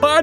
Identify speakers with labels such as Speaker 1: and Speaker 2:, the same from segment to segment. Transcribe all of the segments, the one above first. Speaker 1: 八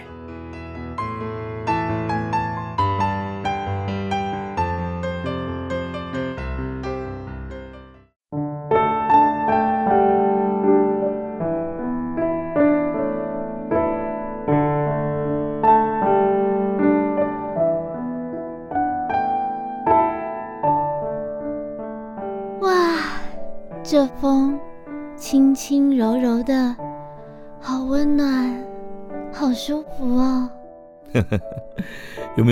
Speaker 2: 哇，这风轻轻柔柔的，好温暖，好舒服哦。
Speaker 3: 有没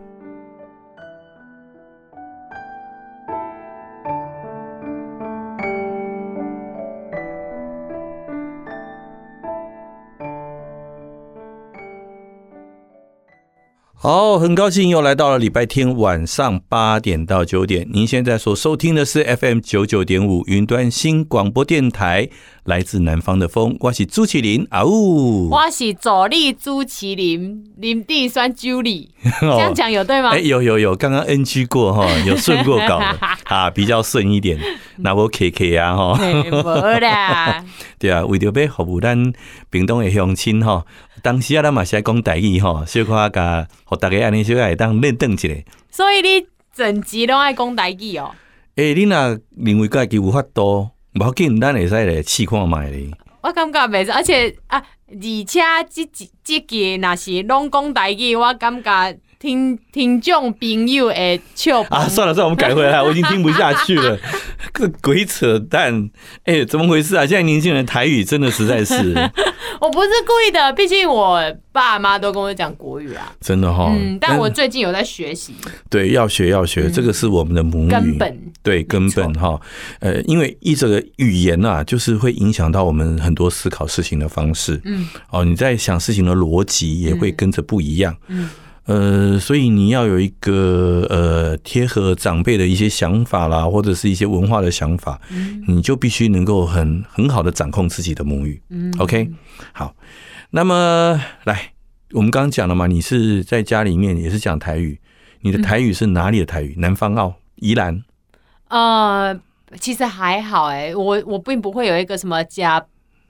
Speaker 3: 好，很高兴又来到了礼拜天晚上八点到九点。您现在所收听的是 FM 九九点五云端新广播电台，来自南方的风，我是朱启林啊呜。
Speaker 4: 我是佐利朱麒麟，林地酸 Julie，这样讲有对吗
Speaker 3: 哎、？有有有，刚刚 NG 过哈，有顺过稿的啊，比较顺一点。那我 KK 啊哈，
Speaker 4: 嘿无啦，
Speaker 3: 对啊，为着要服务咱屏东的乡亲哈，当时啊，咱嘛是爱讲台语哈，小可啊甲，互大家安尼小可会当认同一下。
Speaker 4: 所以你整集拢爱讲台语哦。
Speaker 3: 诶、你若认为家己有法度，无要紧，咱会使来试看卖咧。
Speaker 4: 我感觉袂错，而且啊，而且即即即集若是拢讲台语，我感觉听听众朋友会笑
Speaker 3: 啊，算了算了，我们改回 来，我已经听不下去了，这鬼扯淡！哎、怎么回事啊？现在年轻人台语真的实在 是
Speaker 4: 我不是故意的，毕竟我爸妈都跟我讲国语啊。
Speaker 3: 真的哈。
Speaker 4: 嗯，但我最近有在学习
Speaker 3: 对，要学要学，这个是我们的母语，
Speaker 4: 嗯根本
Speaker 3: 对根本哈。呃，因为一这个语言呐、啊，就是会影响到我们很多思考事情的方式。
Speaker 4: 嗯，
Speaker 3: 哦，你在想事情的逻辑也会跟着不一样。
Speaker 4: 嗯
Speaker 3: 呃，所以你要有一个呃贴合长辈的一些想法啦，或者是一些文化的想法，
Speaker 4: 嗯
Speaker 3: 你就必须能够很很好的掌控自己的母语。
Speaker 4: 嗯
Speaker 3: OK，好，那么来，我们刚刚讲了嘛，你是在家里面也是讲台语，你的
Speaker 4: 嗯
Speaker 3: 台语是哪里的台语？南方澳、宜兰
Speaker 4: 呃，其实还好哎、我我并不会有一个什么加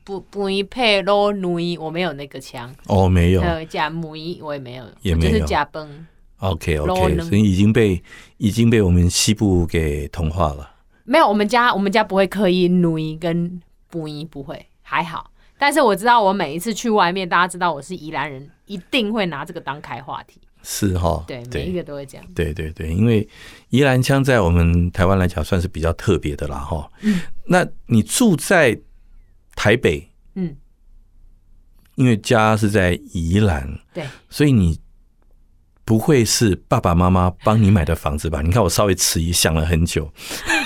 Speaker 4: 不不一配咯奴一，我没有那个腔，
Speaker 3: 哦，没有。
Speaker 4: 呃，加母一我也没有，
Speaker 3: 也没有
Speaker 4: 就是加崩，
Speaker 3: OK
Speaker 4: 罗
Speaker 3: OK，
Speaker 4: 能
Speaker 3: 所以已经被已经被我们西部给同化了。
Speaker 4: 没有，我们家我们家不会刻意奴一跟不一不会，还好。但是我知道，我每一次去外面，大家知道我是宜兰人，一定会拿这个当开话题。
Speaker 3: 是哈，
Speaker 4: 对，每一
Speaker 3: 对
Speaker 4: 个都会这样。
Speaker 3: 对对对，因为宜兰腔在我们台湾来讲算是比较特别的啦哈。那你住在台北，
Speaker 4: 嗯，
Speaker 3: 因为家是在宜兰，
Speaker 4: 对，
Speaker 3: 所以你不会是爸爸妈妈帮你买的房子吧？你看我稍微迟疑，想了很久，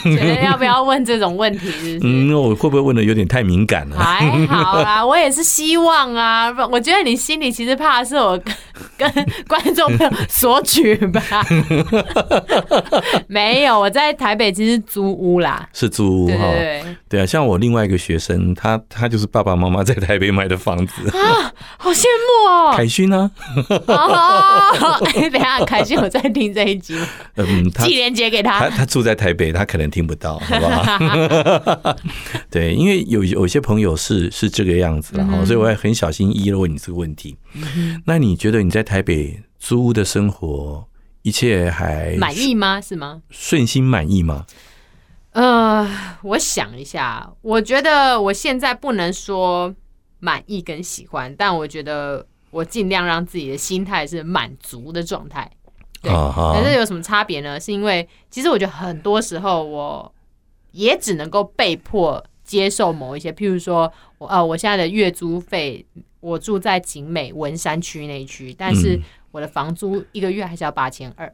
Speaker 4: 觉得要不要问这种问题是不是？
Speaker 3: 嗯，那我会不会问的有点太敏感啊了？
Speaker 4: 还好啦，我也是希望啊。不我觉得你心里其实怕的是我跟 跟观众朋友索取吧。 没有，我在台北其实租屋啦。
Speaker 3: 是租屋
Speaker 4: 对
Speaker 3: 哈，
Speaker 4: 对对，
Speaker 3: 对啊，像我另外一个学生，他他就是爸爸妈妈在台北买的房子，
Speaker 4: 好羡慕哦
Speaker 3: 凯勋啊呢，
Speaker 4: 哦！ 哎，等一下，凯欣有在听这一集吗，
Speaker 3: 嗯，他
Speaker 4: 寄链接给
Speaker 3: 他
Speaker 4: 他。
Speaker 3: 他住在台北，他可能听不到，好不好？ 对，因为有有些朋友是是这个样
Speaker 4: 嗯
Speaker 3: 子，然后、所以我也很小心翼翼的问你这个问题。那你觉得你在台北租屋的生活，一切还
Speaker 4: 满意吗？是吗？
Speaker 3: 顺心满意吗？
Speaker 4: 呃，我想一下，我觉得我现在不能说满意跟喜欢，但我觉得我尽量让自己的心态是满足的状态。对
Speaker 3: 啊哈
Speaker 4: 可是有什么差别呢？是因为其实我觉得很多时候我也只能够被迫接受某一些，譬如说我呃，我现在的月租费，我住在景美文山区那一区，但是
Speaker 3: 嗯
Speaker 4: 我的房租一个月还是要八千二，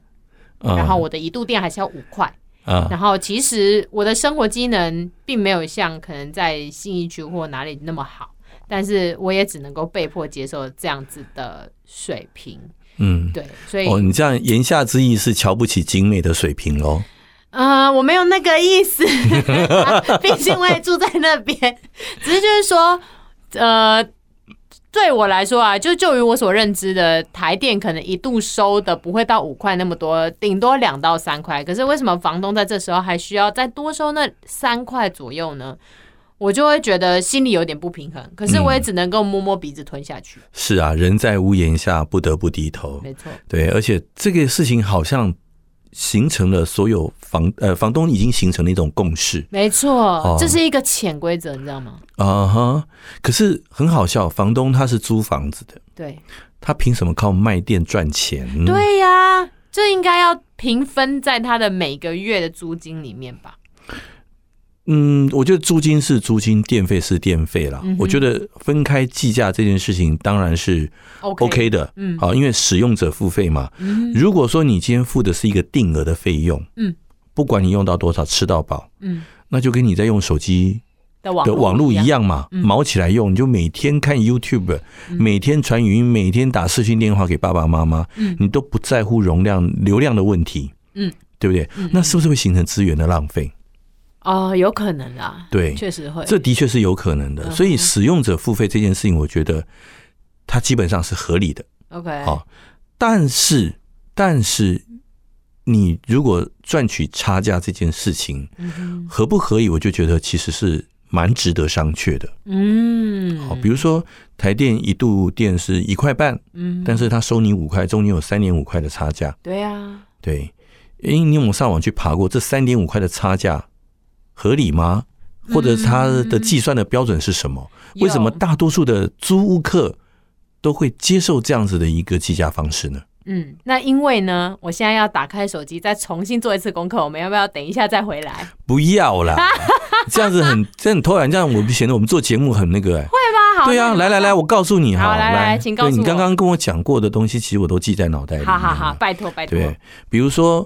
Speaker 3: 啊
Speaker 4: 然后我的一度电还是要五块。
Speaker 3: 啊
Speaker 4: 然后其实我的生活机能并没有像可能在信义区或哪里那么好，但是我也只能够被迫接受这样子的水平。
Speaker 3: 嗯，
Speaker 4: 对，所以、
Speaker 3: 哦，你这样言下之意是瞧不起景美的水平喽？
Speaker 4: 呃，我没有那个意思， 毕竟我也住在那边，只是就是说，呃，对我来说啊，就就于我所认知的，台电可能一度收的不会到五块那么多，顶多两到三块。可是为什么房东在这时候还需要再多收那三块左右呢？我就会觉得心里有点不平衡，可是我也只能够摸摸鼻子吞下去。
Speaker 3: 是啊，人在屋檐下，不得不低头。
Speaker 4: 没错，
Speaker 3: 对，而且这个事情好像形成了所有房呃房东已经形成了一种共识
Speaker 4: 没错，
Speaker 3: 哦
Speaker 4: 这是一个潜规则，你知道吗？
Speaker 3: 啊哈。可是很好笑，房东他是租房子的，
Speaker 4: 对，
Speaker 3: 他凭什么靠卖店赚钱？，
Speaker 4: 对呀、这应该要平分在他的每个月的租金里面吧？
Speaker 3: 嗯，我觉得租金是租金，电费是电费啦。
Speaker 4: 嗯哼
Speaker 3: 我觉得分开计价这件事情当然是
Speaker 4: OK，,
Speaker 3: OK 的，
Speaker 4: 嗯
Speaker 3: 好，因为使用者付费嘛。
Speaker 4: 嗯
Speaker 3: 如果说你今天付的是一个定额的费用，
Speaker 4: 嗯，
Speaker 3: 不管你用到多少，吃到饱，
Speaker 4: 嗯
Speaker 3: 那就跟你在用手机
Speaker 4: 的网
Speaker 3: 的网络一
Speaker 4: 样，
Speaker 3: 样嘛，
Speaker 4: 嗯
Speaker 3: 毛起来用，你就每天看 YouTube，、每天传语音，每天打视讯电话给爸爸妈妈，
Speaker 4: 嗯
Speaker 3: 你都不在乎容量、流量的问题，
Speaker 4: 嗯，
Speaker 3: 对不对？那是不是会形成资源的浪费？
Speaker 4: 哦，有可能啦，
Speaker 3: 对
Speaker 4: 确实会，
Speaker 3: 哎这的确是有可能的。
Speaker 4: 嗯哼
Speaker 3: 所以使用者付费这件事情，我觉得它基本上是合理的。
Speaker 4: OK，
Speaker 3: 好，但是但是你如果赚取差价这件事情
Speaker 4: 嗯哼
Speaker 3: 合不合理，我就觉得其实是蛮值得商榷的。
Speaker 4: 嗯，
Speaker 3: 好，比如说台电一度电是一块半，
Speaker 4: 嗯，
Speaker 3: 但是他收你五块，中间有三点五块的差价。
Speaker 4: 对呀，
Speaker 3: 对，因为你有没有上网去爬过这三点五块的差价合理吗？或者它的计算的标准是什么？为什么
Speaker 4: 有
Speaker 3: 大多数的租屋客都会接受这样子的一个计价方式呢？
Speaker 4: 嗯，那因为呢，我现在要打开手机再重新做一次功课，我们要不要等一下再回来？
Speaker 3: 不要啦， 这样子很这很偷懒，这样我不显得我们做节目很那个、欸。
Speaker 4: 对吧？好，
Speaker 3: 对
Speaker 4: 那
Speaker 3: 啊，
Speaker 4: 你
Speaker 3: 来来来，我告诉你
Speaker 4: 好
Speaker 3: 哈，
Speaker 4: 来来请告诉
Speaker 3: 对你
Speaker 4: 我
Speaker 3: 刚刚跟我讲过的东西，其实我都记在脑袋里。
Speaker 4: 好好好，，拜托拜托，
Speaker 3: 嗯对，比如说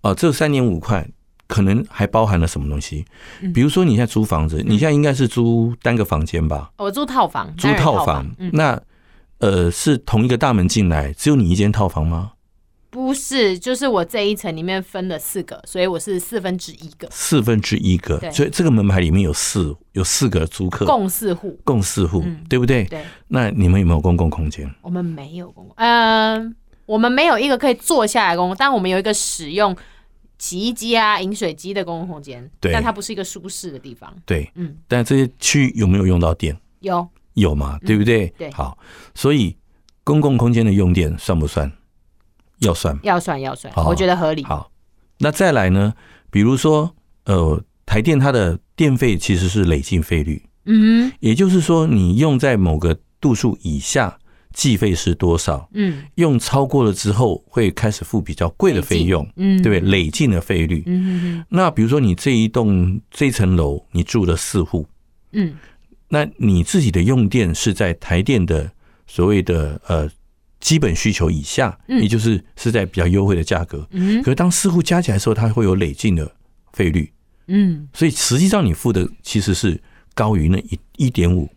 Speaker 3: 啊、呃这三点五块可能还包含了什么东西？
Speaker 4: 嗯
Speaker 3: 比如说你现在租房子，你现在应该是租单个房间吧？
Speaker 4: 我哦租嗯套房，
Speaker 3: 租
Speaker 4: 单人
Speaker 3: 套
Speaker 4: 房
Speaker 3: 房，，
Speaker 4: 嗯，
Speaker 3: 那呃是同一个大门进来，只有你一间套房吗？
Speaker 4: 不是，就是我这一层里面分了四个，所以我是四分之一个，
Speaker 3: 四分之一个
Speaker 4: 对，
Speaker 3: 所以这个门牌里面有四有四个租客，
Speaker 4: 共四户。
Speaker 3: 共四户，
Speaker 4: 嗯
Speaker 3: 对不对？
Speaker 4: 对，
Speaker 3: 那你们有没有公共空间？
Speaker 4: 我们没有公共，嗯、我们没有一个可以坐下来的公共，但我们有一个使用洗衣机啊、饮水机的公共空间，
Speaker 3: 对
Speaker 4: 但它不是一个舒适的地方。
Speaker 3: 对，
Speaker 4: 嗯，
Speaker 3: 但这些区域有没有用到电？
Speaker 4: 有
Speaker 3: 有嘛，对不嗯对？
Speaker 4: 对
Speaker 3: 好，所以公共空间的用电算不算？要算。
Speaker 4: 要算要算，
Speaker 3: 好
Speaker 4: 我觉得合理。
Speaker 3: 好，那再来呢？比如说，呃，台电它的电费其实是累进费率，
Speaker 4: 嗯哼
Speaker 3: 也就是说，你用在某个度数以下，计费是多少？
Speaker 4: 嗯
Speaker 3: 用超过了之后，会开始付比较贵的费用，
Speaker 4: 嗯，
Speaker 3: 对不对？累进的费率。
Speaker 4: 嗯哼哼
Speaker 3: 那比如说，你这一栋这一层楼，你住了四户，
Speaker 4: 嗯
Speaker 3: 那你自己的用电是在台电的所谓的呃基本需求以下，
Speaker 4: 嗯
Speaker 3: 也就是是在比较优惠的价格。
Speaker 4: 嗯
Speaker 3: 可是当四户加起来的时候，它会有累进的费率，
Speaker 4: 嗯
Speaker 3: 所以实际上你付的其实是高于那一一点五，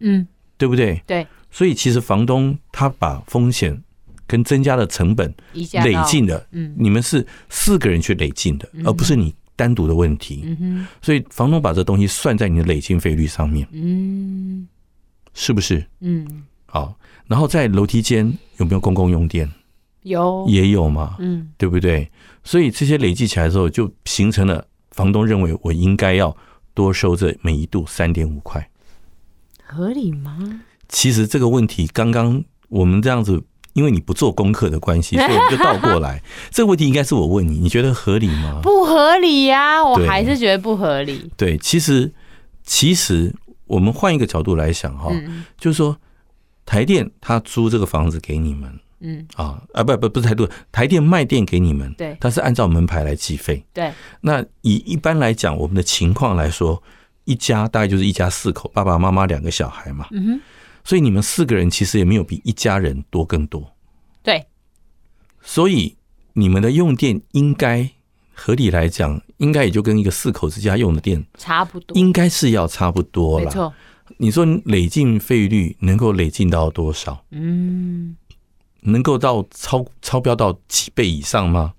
Speaker 4: 嗯，
Speaker 3: 对不对？
Speaker 4: 对，
Speaker 3: 所以其实房东他把风险跟增加的成本
Speaker 4: 一下到
Speaker 3: 累进，的，
Speaker 4: 嗯
Speaker 3: 你们是四个人去累进的，而不是你单独的问题。
Speaker 4: 嗯哼
Speaker 3: 所以房东把这东西算在你的累进费率上面，
Speaker 4: 嗯
Speaker 3: 是不是？
Speaker 4: 嗯
Speaker 3: 好，然后在楼梯间有没有公共用电？
Speaker 4: 有
Speaker 3: 也有嘛，
Speaker 4: 哦嗯
Speaker 3: 对不对？所以这些累计起来之后，就形成了房东认为我应该要多收这每一度三点五块。
Speaker 4: 合理吗？
Speaker 3: 其实这个问题刚刚我们这样子，因为你不做功课的关 系，所以我们就倒过来。这个问题应该是我问你，你觉得合理吗？
Speaker 4: 不合理呀、我
Speaker 3: 对
Speaker 4: 还是觉得不合理。
Speaker 3: 对，其实其实我们换一个角度来想哈、
Speaker 4: 嗯
Speaker 3: 就是说台电他租这个房子给你们，
Speaker 4: 嗯，
Speaker 3: 啊啊不不不是台电，台电卖电给你们，
Speaker 4: 对
Speaker 3: 它是按照门牌来计费。
Speaker 4: 对，
Speaker 3: 那以一般来讲，我们的情况来说，一家大概就是一家四口，爸爸妈妈两个小孩嘛，
Speaker 4: 嗯哼，
Speaker 3: 所以你们四个人其实也没有比一家人多更多，
Speaker 4: 对，
Speaker 3: 所以你们的用电应该合理来讲，应该也就跟一个四口之家用的电
Speaker 4: 差不多，
Speaker 3: 应该是要差不多
Speaker 4: 没
Speaker 3: 啦。
Speaker 4: 错，
Speaker 3: 你说累进费率能够累进到多少？
Speaker 4: 嗯，
Speaker 3: 能够到超超标到几倍以上吗？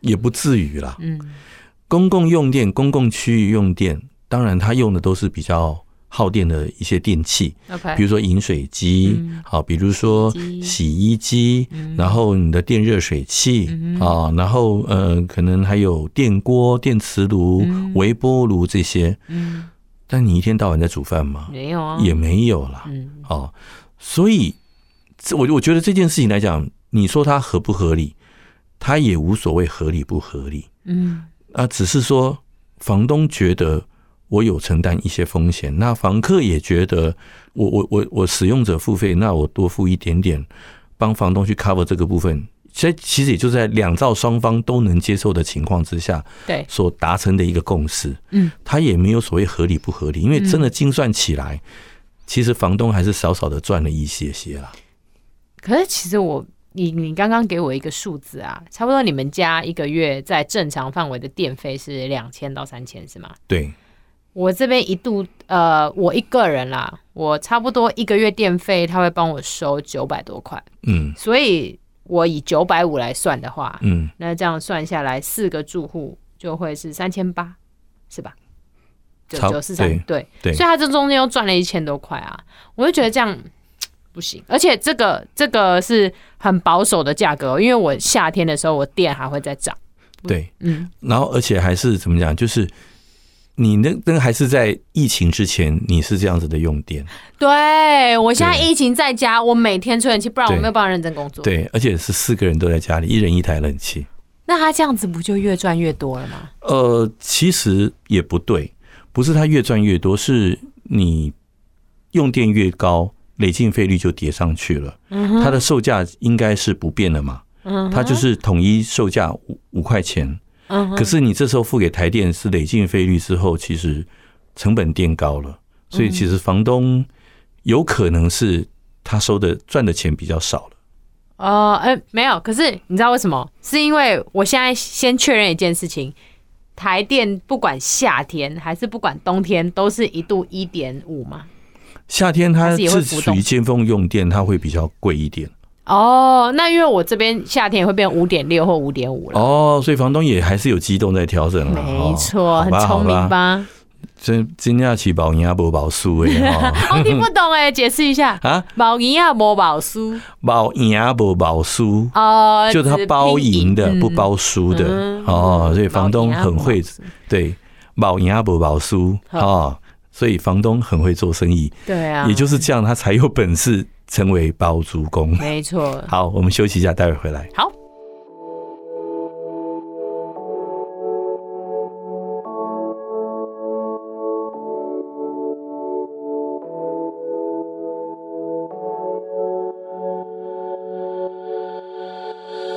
Speaker 3: 也不至于啦。
Speaker 4: 嗯，
Speaker 3: 公共用电、公共区域用电，当然它用的都是比较耗电的一些电器，比
Speaker 4: OK，
Speaker 3: 如说饮水机
Speaker 4: 哎嗯，
Speaker 3: 好、比如说
Speaker 4: 洗衣机
Speaker 3: 洗衣机，然后你的电热水器
Speaker 4: 嗯
Speaker 3: 啊、然后呃，可能还有电锅、电磁炉
Speaker 4: 嗯、
Speaker 3: 微波炉这些。
Speaker 4: 嗯，
Speaker 3: 但你一天到晚在煮饭吗？
Speaker 4: 没有啊，
Speaker 3: 也没有啦。
Speaker 4: 嗯
Speaker 3: 哦，所以这我我觉得这件事情来讲，你说它合不合理，它也无所谓合理不合理
Speaker 4: 嗯
Speaker 3: 啊，只是说房东觉得我有承担一些风险，那房客也觉得我我我我使用者付费，那我多付一点点，帮房东去 cover 这个部分。其实其实也就在两造双方都能接受的情况之下，
Speaker 4: 对，
Speaker 3: 所达成的一个共识。
Speaker 4: 嗯，
Speaker 3: 它也没有所谓合理不合理，因为真的精算起来，其实房东还是少少的赚了一些些啦。
Speaker 4: 可是其实我。你你刚刚给我一个数字啊，差不多你们家一个月在正常范围的电费是两千到三千是吗？
Speaker 3: 对，
Speaker 4: 我这边一度，呃，我一个人啦，我差不多一个月电费他会帮我收九百多块，
Speaker 3: 嗯
Speaker 4: 所以我以九百五来算的话，
Speaker 3: 嗯，
Speaker 4: 那这样算下来，四个住户就会是三千八，是吧？九
Speaker 3: 差不
Speaker 4: 九四三，对
Speaker 3: 对
Speaker 4: 所以他这中间又赚了一千多块啊，我就觉得这样不行，而且这个这个是很保守的价格哦，因为我夏天的时候我电还会再涨，
Speaker 3: 对，
Speaker 4: 嗯
Speaker 3: 然后而且还是怎么讲，就是你那那个还是在疫情之前，你是这样子的用电，
Speaker 4: 对我现在
Speaker 3: 对
Speaker 4: 疫情在家，我每天吹冷气，不然我
Speaker 3: 对
Speaker 4: 没有办法认真工作。，
Speaker 3: 对，而且是四个人都在家里，一人一台冷气。
Speaker 4: 那他这样子不就越赚越多了吗？
Speaker 3: 呃，其实也不对，不是它越赚越多，是你用电越高，累进费率就叠上去了，它的售价应该是不变的嘛。
Speaker 4: 嗯
Speaker 3: 它就是统一售价五五块钱，
Speaker 4: 嗯
Speaker 3: 可是你这时候付给台电是累进费率之后，其实成本垫高
Speaker 4: 嗯
Speaker 3: 了，所以其实房东有可能是他收的赚的钱比较少了。
Speaker 4: 哦，哎、没有。可是你知道为什么？是因为我现在先确认一件事情：台电不管夏天还是不管冬天，都是一度一点五嘛。
Speaker 3: 夏天它
Speaker 4: 它是也会
Speaker 3: 是
Speaker 4: 浮
Speaker 3: 属
Speaker 4: 动
Speaker 3: 于尖峰用电，它会比较贵一点
Speaker 4: 哦，那因为我这边夏天也会变五点六或五点五了。
Speaker 3: 哦，所以房东也还是有机动在调整了。
Speaker 4: 没错，
Speaker 3: 哦
Speaker 4: 很聪明？
Speaker 3: 好吧
Speaker 4: 吧？
Speaker 3: 真真要起保牙不保输 哎哦
Speaker 4: 哦，听不懂哎，解释一 下。
Speaker 3: 啊，
Speaker 4: 保赢啊，不保输
Speaker 3: 保牙不保输。
Speaker 4: 哦，
Speaker 3: 就是它
Speaker 4: 只
Speaker 3: 包
Speaker 4: 拼
Speaker 3: 赢的，不
Speaker 4: 嗯
Speaker 3: 包输的、
Speaker 4: 嗯
Speaker 3: 哦，所以房东很
Speaker 4: 保赢
Speaker 3: 会
Speaker 4: 啊不保输
Speaker 3: 对，保赢啊不保输
Speaker 4: 好
Speaker 3: 哦，所以房东很会做生意，
Speaker 4: 对啊，
Speaker 3: 也就是这样，他才有本事成为包租 公。
Speaker 4: 没错。
Speaker 3: 好，我们休息一下，待会回来。
Speaker 4: 好。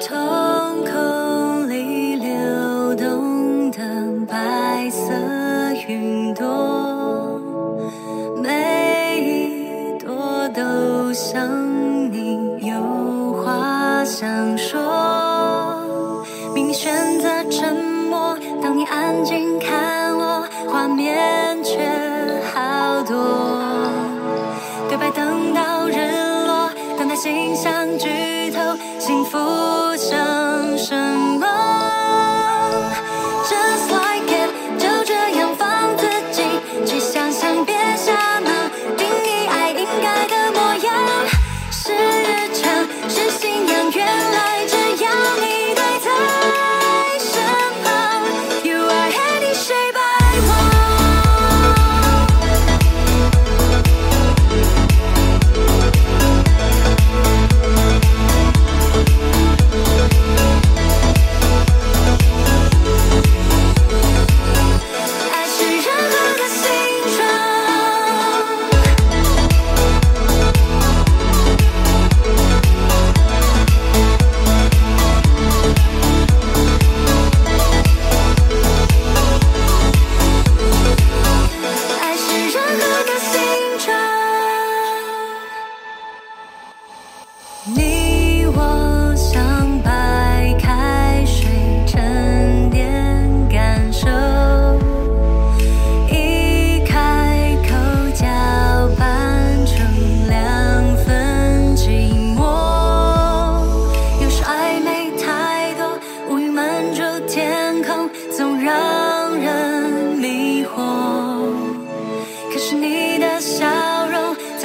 Speaker 5: 瞳孔里流动的白色云朵，每一朵都像你有话想说。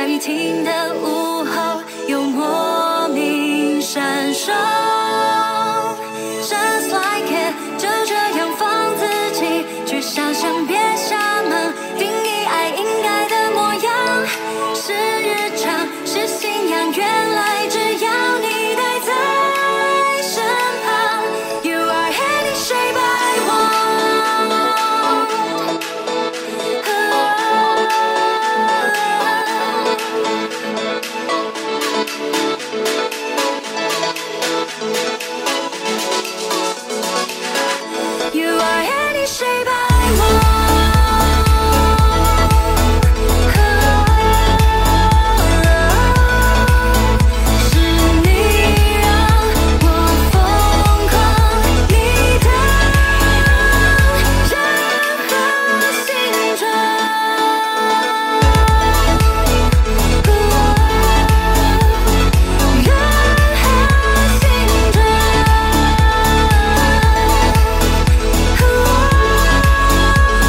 Speaker 5: 你听的午后，有莫名闪烁。Just like it，就这样放自己去想象，别瞎忙。定义爱应该的模样是日常，是信仰。原来只要你待在身旁，You are any shape I want。You are any shape I want，是你让我疯狂，你的任何形状。任何形状。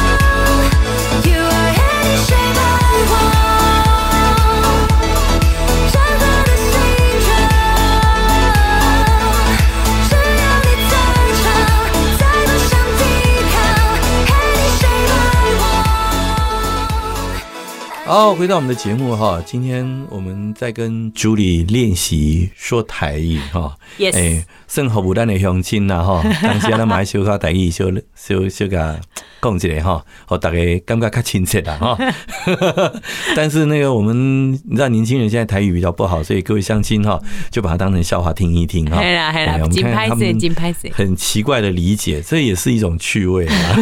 Speaker 5: You are any shape I want，任何的形状，只要你在场，再不想抵抗，any shape I want。
Speaker 3: 好，回到我们的节目哈，今天我们在跟朱莉练习说台语哈。
Speaker 6: Yes
Speaker 3: 哎算服务咱的乡亲啦吼，当时咱嘛要小可台语，小小小甲讲一下吼，互大家感觉较亲切啦吼。但是那个我们你知道年轻人现在台语比较不好，所以各位乡亲哈，就把它当成笑话听一听哈。
Speaker 6: 嘿啦嘿啦
Speaker 3: 哎我们
Speaker 6: 真
Speaker 3: 看看
Speaker 6: 歹
Speaker 3: 他
Speaker 6: 势
Speaker 3: 们
Speaker 6: 真歹势
Speaker 3: 很奇怪的理解，这也是一种趣味啊。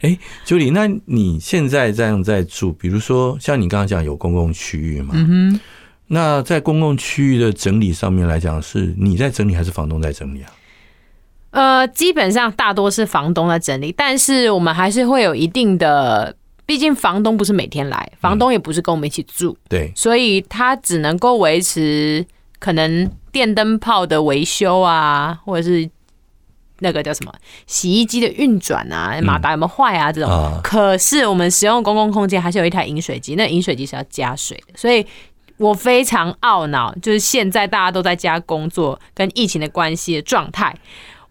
Speaker 3: 哎，九里，那你现在这样在住，比如说像你刚刚讲有公共区域嘛，
Speaker 6: 嗯哼，
Speaker 3: 那在公共区域的整理上面来讲，是你在整理还是房东在整理啊？
Speaker 4: 呃，基本上大多是房东在整理，但是我们还是会有一定的，毕竟房东不是每天来，房东也不是跟我们一起住，
Speaker 3: 对，
Speaker 4: 所以他只能够维持可能电灯泡的维修啊，或者是那个叫什么洗衣机的运转啊，马达有没有坏啊这种。
Speaker 3: 啊
Speaker 4: 可是我们使用公共空间还是有一台饮水机，那饮水机是要加水的，所以。我非常懊恼，就是现在大家都在家工作，跟疫情的关系的状态，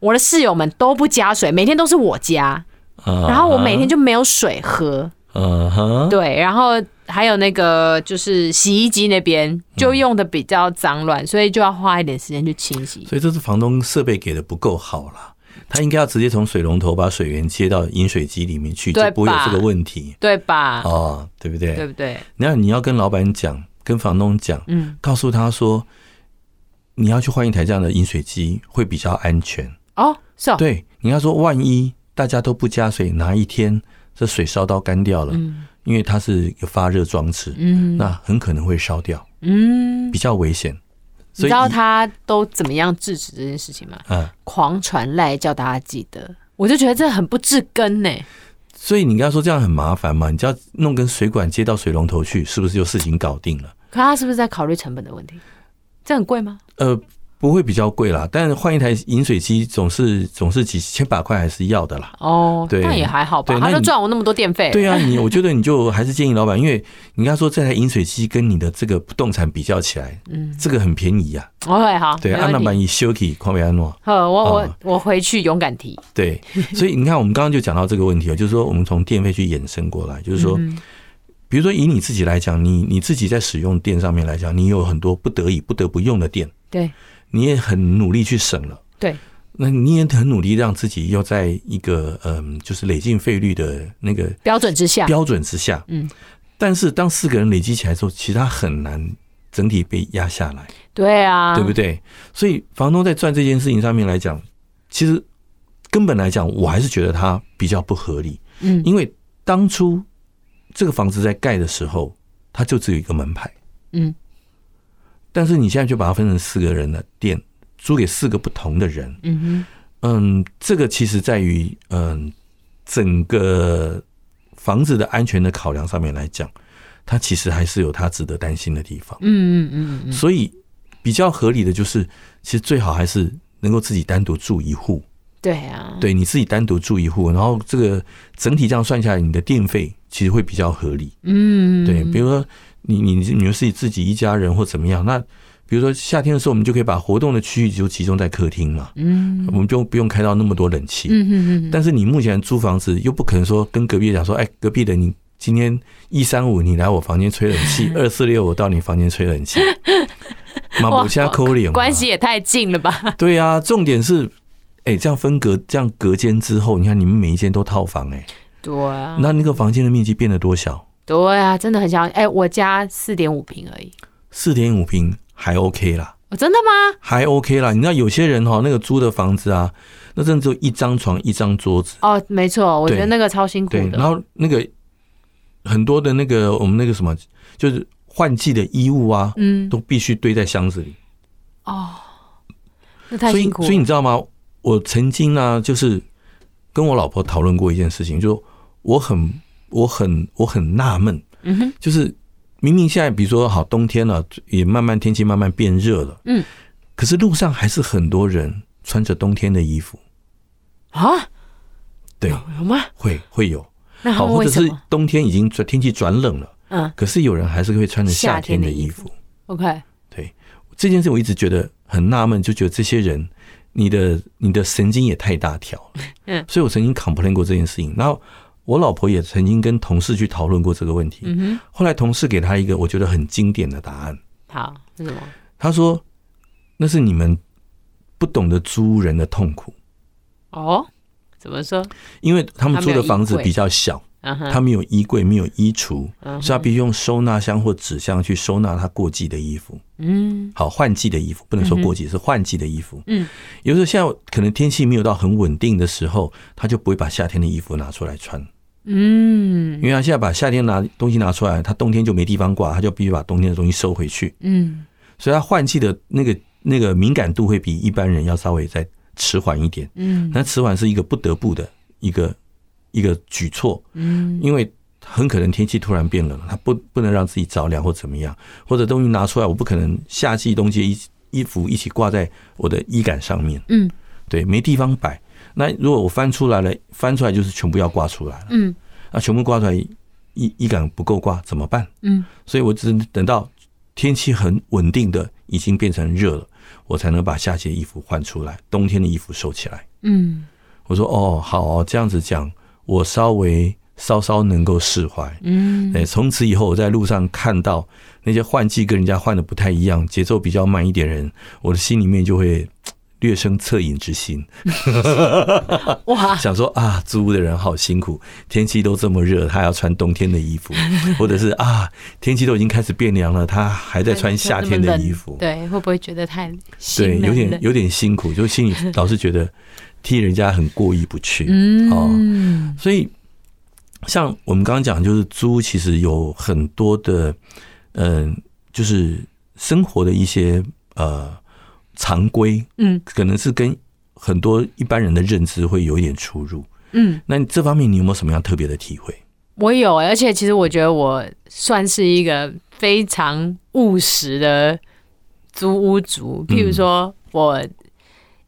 Speaker 4: 我的室友们都不加水，每天都是我加，
Speaker 3: 然
Speaker 4: 然后我每天，就没有水喝，
Speaker 3: 嗯哼，
Speaker 4: 对，然后还有那个就是洗衣机那边就用的比较脏乱，所以就要花一点时间去清洗。
Speaker 3: 所以这是房东设备给的不够好啦，他应该要直接从水龙头把水源接到饮水机里面去，
Speaker 4: 对
Speaker 3: 就不会有
Speaker 4: 吧
Speaker 3: 这个问题
Speaker 4: 对吧？
Speaker 3: 哦，对不对？
Speaker 4: 对不对？
Speaker 3: 那你要跟老板讲，跟房东讲，
Speaker 4: 嗯，
Speaker 3: 告诉他说，你要去换一台这样的饮水机会比较安全。
Speaker 4: 哦，是哦，
Speaker 3: 对，你要说万一大家都不加水，哪一天这水烧到干掉了，因为它是有发热装置，
Speaker 4: 嗯
Speaker 3: 那很可能会烧掉，
Speaker 4: 嗯，
Speaker 3: 比较危险。
Speaker 4: 你知道他都怎么样制止这件事情吗？
Speaker 3: 啊，
Speaker 4: 狂传赖叫大家记得，我就觉得这很不治根呢。
Speaker 3: 所以你跟他说这样很麻烦嘛，你就要弄根水管接到水龙头去，是不是就事情搞定了？
Speaker 4: 可他是不是在考虑成本的问题？这很贵吗？
Speaker 3: 呃，不会比较贵啦，但换一台饮水机总是总是几千把块还是要的啦。
Speaker 4: 哦，
Speaker 3: 对
Speaker 4: 那也还好吧，
Speaker 3: 对
Speaker 4: 他
Speaker 3: 那
Speaker 4: 都
Speaker 3: 你
Speaker 4: 赚我那么多电费。
Speaker 3: 对啊，你我觉得你就还是建议老板，因为你跟他说这台饮水机跟你的这个不动产比较起来，嗯，这个很便宜呀、
Speaker 4: ，OK，好，哦
Speaker 3: 啊。对，
Speaker 4: 没
Speaker 3: 安娜
Speaker 4: 问题。
Speaker 3: 版以修起匡维安诺。
Speaker 4: 好，我我
Speaker 3: 哦
Speaker 4: 我回去勇敢提。
Speaker 3: 对，所以你看，我们刚刚就讲到这个问题了，就是说我们从电费去衍生过来，就是说，比如说以你自己来讲，你你自己在使用电上面来讲，你有很多不得已不得不用的电，
Speaker 4: 对
Speaker 3: 你也很努力去省了。
Speaker 4: 对，
Speaker 3: 那你也很努力让自己要在一个嗯，就是累进费率的那个
Speaker 4: 标准之下，
Speaker 3: 标准之下，
Speaker 4: 嗯，
Speaker 3: 但是当四个人累积起来之后，其实他很难整体被压下来，
Speaker 4: 对啊，
Speaker 3: 对不对？所以房东在赚这件事情上面来讲，其实根本来讲，我还是觉得它比较不合理，
Speaker 4: 嗯
Speaker 3: 因为当初这个房子在盖的时候，它就只有一个门牌，
Speaker 4: 嗯，
Speaker 3: 但是你现在就把它分成四个人的店，租给四个不同的人，
Speaker 4: 嗯
Speaker 3: 嗯，这个其实在于嗯整个房子的安全的考量上面来讲，它其实还是有它值得担心的地方
Speaker 4: 哼，。嗯嗯嗯
Speaker 3: 所以比较合理的就是，其实最好还是能够自己单独住一户，
Speaker 4: 嗯，对啊，
Speaker 3: 对，你自己单独住一户，然后这个整体这样算下来，你的电费其实会比较合理。
Speaker 4: 嗯，
Speaker 3: 对，比如说你你你们是自己一家人或怎么样，那比如说夏天的时候，我们就可以把活动的区域就集中在客厅嘛，
Speaker 4: 嗯，
Speaker 3: 我们就不用开到那么多冷气。
Speaker 4: 嗯嗯嗯，
Speaker 3: 但是你目前租房子又不可能说跟隔壁讲说，哎，隔壁的你今天一三五你来我房间吹冷气，
Speaker 4: 嗯
Speaker 3: 二四六我到你房间吹冷 气，马
Speaker 4: 哇
Speaker 3: 不加扣脸嘛
Speaker 4: 关系也太近了吧？
Speaker 3: 对啊，重点是。哎、这样分隔，这样隔间之后，你看你们每一间都套房、哎、
Speaker 4: 对啊，
Speaker 3: 那那个房间的面积变得多小？
Speaker 4: 对啊，真的很想哎、我家四点五平而已，
Speaker 3: 四点五平还 OK 啦，
Speaker 4: 哦，真的吗？
Speaker 3: 还 OK 啦。你知道有些人哈、那个租的房子啊，那真的只有一张床、一张桌子，
Speaker 4: 哦，没错，我觉得那个超辛苦
Speaker 3: 对，
Speaker 4: 的，
Speaker 3: 然后那个很多的那个我们那个什么，就是换季的衣物啊，
Speaker 4: 嗯，哦
Speaker 3: 都必须堆在箱子里。
Speaker 4: 那太
Speaker 3: 所以
Speaker 4: 辛苦了，
Speaker 3: 所以你知道吗？我曾经呢、就是跟我老婆讨论过一件事情，就我很我很我很纳闷，
Speaker 4: 嗯哼，
Speaker 3: 就是明明现在比如说好冬天了，也慢慢天气慢慢变热了，
Speaker 4: 嗯，
Speaker 3: 可是路上还是很多人穿着冬天的衣服，
Speaker 4: 啊，
Speaker 3: 对，
Speaker 4: 有吗？
Speaker 3: 会会有，
Speaker 4: 那他
Speaker 3: 好，
Speaker 4: 们
Speaker 3: 或
Speaker 4: 哦 为
Speaker 3: 者
Speaker 4: 什
Speaker 3: 是
Speaker 4: 么？
Speaker 3: 冬天已经转天气转冷了，
Speaker 4: 嗯
Speaker 3: 可是有人还是会穿着夏天的衣
Speaker 4: 夏天
Speaker 3: 服。
Speaker 4: ，OK，
Speaker 3: 对这件事，我一直觉得很纳闷，就觉得这些人，你的你的神经也太大条了。
Speaker 4: 嗯
Speaker 3: 所以我曾经 complain 过这件事情。然后我老婆也曾经跟同事去讨论过这个问题。
Speaker 4: 嗯
Speaker 3: 后来同事给她一个我觉得很经典的答案，
Speaker 4: 哼，好，是什么？
Speaker 3: 她说：“那是你们不懂得租人的痛苦，
Speaker 4: 哦，怎么说？
Speaker 3: 因为他们
Speaker 4: 他
Speaker 3: 租
Speaker 4: 没有
Speaker 3: 的房
Speaker 4: 衣
Speaker 3: 子
Speaker 4: 柜
Speaker 3: 比较小，
Speaker 4: 嗯哼，
Speaker 3: 他没有衣柜，没有衣橱，
Speaker 4: 嗯
Speaker 3: 所以他必须用收纳箱或纸箱去收纳他过季的衣服。”
Speaker 4: 嗯
Speaker 3: 好换季的衣服，不能说过季、是换季的衣服。
Speaker 4: 嗯，
Speaker 3: 有时候现在可能天气没有到很稳定的时候，他就不会把夏天的衣服拿出来穿，因
Speaker 4: 嗯
Speaker 3: 为他现在把夏天拿东西拿出来，他冬天就没地方挂，他就必须把冬天的东西收回去，
Speaker 4: 嗯，
Speaker 3: 所以他换季的那个那个敏感度会比一般人要稍微再迟缓一点。
Speaker 4: 嗯
Speaker 3: 那迟缓是一个不得不的一个一个举措，
Speaker 4: 嗯
Speaker 3: 因为很可能天气突然变冷，他不不能让自己着凉或怎么样，或者东西拿出来，我不可能夏季冬季衣衣服一起挂在我的衣杆上面，
Speaker 4: 嗯
Speaker 3: 对，没地方摆。那如果我翻出来了，翻出来就是全部要挂出来了，
Speaker 4: 嗯
Speaker 3: 那全部挂出来衣衣杆不够挂怎么办？
Speaker 4: 嗯
Speaker 3: 所以我只能等到天气很稳定的，已经变成热了，我才能把夏季的衣服换出来，冬天的衣服收起来。
Speaker 4: 嗯
Speaker 3: 我说哦，好哦这样子讲，我稍微稍稍能够释怀。
Speaker 4: 嗯
Speaker 3: 哎，从此以后我在路上看到那些换季跟人家换的不太一样，节奏比较慢一点的人，我的心里面就会嘖略生恻隐之心，
Speaker 4: 哇，
Speaker 3: 想说啊，租屋的人好辛苦，天气都这么热，他还要穿冬天的 衣服，或者是啊，天气都已经开始变凉了，他还在穿夏天的衣服，
Speaker 4: 对，会不会觉得太心
Speaker 3: 对，有
Speaker 4: 冷
Speaker 3: 点
Speaker 4: 了
Speaker 3: 有点辛苦，就心里老是觉得替人家很过意不去，
Speaker 4: 嗯
Speaker 3: 哦所以，像我们刚刚讲，就是租其实有很多的，嗯、就是生活的一些呃常规，
Speaker 4: 嗯
Speaker 3: 可能是跟很多一般人的认知会有一点出入。
Speaker 4: 嗯，
Speaker 3: 那你这方面你有没有什么样特别的体会？
Speaker 4: 我有，欸而且其实我觉得我算是一个非常务实的租屋族，譬如说我。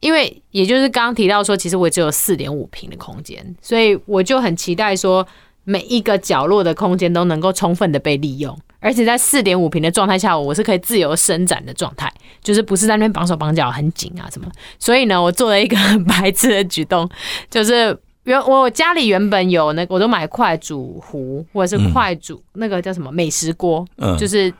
Speaker 4: 因为也就是刚刚提到说，其实我只有四点五平的空间，所以我就很期待说每一个角落的空间都能够充分的被利用，而且在四点五平的状态下，我是可以自由伸展的状态，就是不是在那边绑手绑脚很紧啊什么。所以呢，我做了一个很白痴的举动，就是原我家里原本有那个我都买快煮壶或者是快煮、那个叫什么美食锅，
Speaker 3: 嗯
Speaker 4: 就是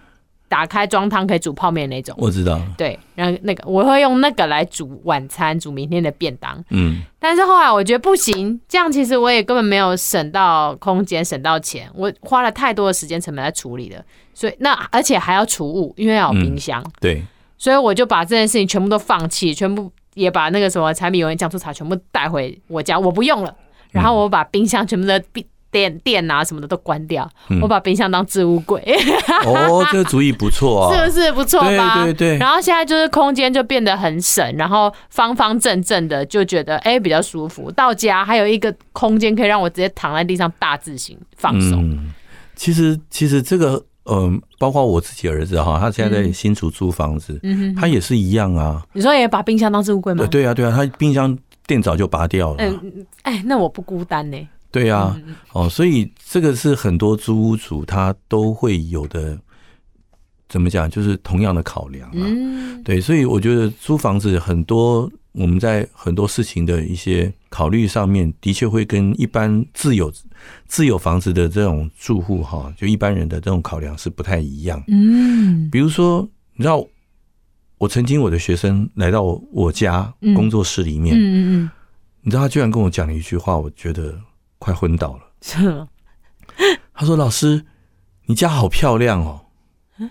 Speaker 4: 打开装汤可以煮泡面那种。
Speaker 3: 我知道，
Speaker 4: 对，然后那个我会用那个来煮晚餐，煮明天的便当。
Speaker 3: 嗯
Speaker 4: 但是后来我觉得不行，这样其实我也根本没有省到空间，省到钱，我花了太多的时间成本在处理了。所以那而且还要储物，因为要有冰
Speaker 3: 嗯
Speaker 4: 箱，
Speaker 3: 对，
Speaker 4: 所以我就把这件事情全部都放弃，全部也把那个什么柴米油盐酱醋茶全部带回我家，我不用了。然后我把冰箱全部的电电电啊什么的都关掉，
Speaker 3: 嗯
Speaker 4: 我把冰箱当置物柜。
Speaker 3: 哦，这个主意不错啊，
Speaker 4: 是不是不错吧？
Speaker 3: 对对对
Speaker 4: 然后现在就是空间就变得很省，然后方方正正的，就觉得哎、比较舒服。到家还有一个空间可以让我直接躺在地上大字型放松。
Speaker 3: 嗯，其实其实这个，嗯、包括我自己儿子哈，他现在在新竹租房子，
Speaker 4: 嗯哼，
Speaker 3: 他也是一样啊。呃
Speaker 4: 你说也把冰箱当置物柜吗？
Speaker 3: 对对啊，对啊，他冰箱电早就拔掉了啊。
Speaker 4: 嗯，哎，那我不孤单呢。
Speaker 3: 对啊，哦，所以这个是很多租屋主他都会有的，怎么讲，就是同样的考量啊。
Speaker 4: 嗯，
Speaker 3: 对，所以我觉得租房子很多，我们在很多事情的一些考虑上面，的确会跟一般自有自有房子的这种住户哈，就一般人的这种考量是不太一样。
Speaker 4: 嗯
Speaker 3: 比如说，你知道，我曾经我的学生来到我我家
Speaker 4: 嗯
Speaker 3: 工作室里面，
Speaker 4: 嗯嗯
Speaker 3: 你知道他居然跟我讲了一句话，我觉得快昏倒了。
Speaker 4: 嗯，
Speaker 3: 他说：“老师，你家好漂亮哦。”
Speaker 4: 嗯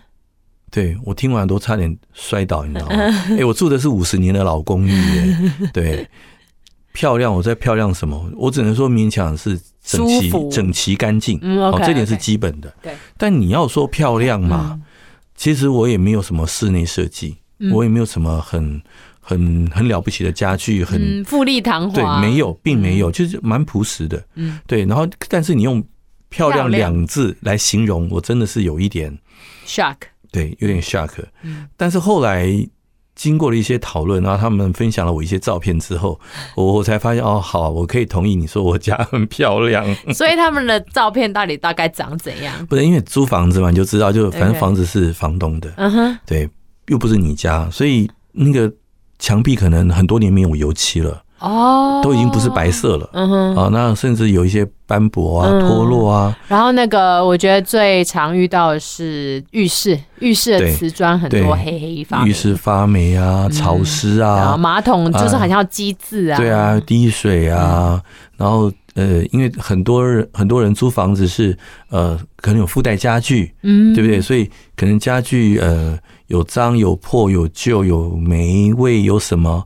Speaker 3: 对我听完都差点摔倒，你知道 吗？哎、我住的是五十年的老公寓，哎，对，漂亮，我在漂亮什么？我只能说勉强是整齐
Speaker 4: 舒、服
Speaker 3: 整齐、干净，
Speaker 4: 嗯
Speaker 3: 哦
Speaker 4: OK，，
Speaker 3: 这点
Speaker 4: OK
Speaker 3: 是基本的。
Speaker 4: 对，
Speaker 3: 但你要说漂亮嘛，其实我也没有什么室内设计，
Speaker 4: 嗯
Speaker 3: 我也没有什么很很很了不起的家具，很、
Speaker 4: 嗯，富丽堂
Speaker 3: 对
Speaker 4: 皇，，
Speaker 3: 没，有，并没有，就是蛮朴实的。
Speaker 4: 嗯，
Speaker 3: 对，然后但是你用“漂
Speaker 4: 漂
Speaker 3: 亮”
Speaker 4: 亮
Speaker 3: 两字来形容，我真的是有一点
Speaker 4: shock，
Speaker 3: 对，有点 shock。
Speaker 4: 嗯
Speaker 3: 但是后来经过了一些讨论，然后他们分享了我一些照片之 后，我我才发现哦，好，我可以同意你说我家很漂 亮。
Speaker 4: 所以他们的照片到底大概长怎 样？
Speaker 3: 不是因为租房子嘛，你就知道，就反正
Speaker 4: OK
Speaker 3: 房子是房东的
Speaker 4: 嗯哼，
Speaker 3: 对，又不是你家，所以那个墙壁可能很多年没有油漆了，
Speaker 4: 哦，
Speaker 3: 都已经不是白，色了。
Speaker 4: 嗯哼，
Speaker 3: 啊，那甚至有一些斑驳啊、
Speaker 4: 嗯
Speaker 3: 脱落啊，
Speaker 4: 然后那个，我觉得最常遇到的是浴室，浴室的
Speaker 3: 对
Speaker 4: 瓷砖很
Speaker 3: 对
Speaker 4: 多黑黑一发
Speaker 3: 浴
Speaker 4: 霉，嗯
Speaker 3: 室发霉啊、潮湿
Speaker 4: 然后
Speaker 3: 啊，
Speaker 4: 马桶就是很像机制啊，
Speaker 3: 对啊，，滴水
Speaker 4: 嗯
Speaker 3: 啊，然后呃，因为很多人很多人租房子是呃，可能有附带家具，
Speaker 4: 嗯，
Speaker 3: 对不对？所以可能家具呃有脏有破有旧有霉味有什么，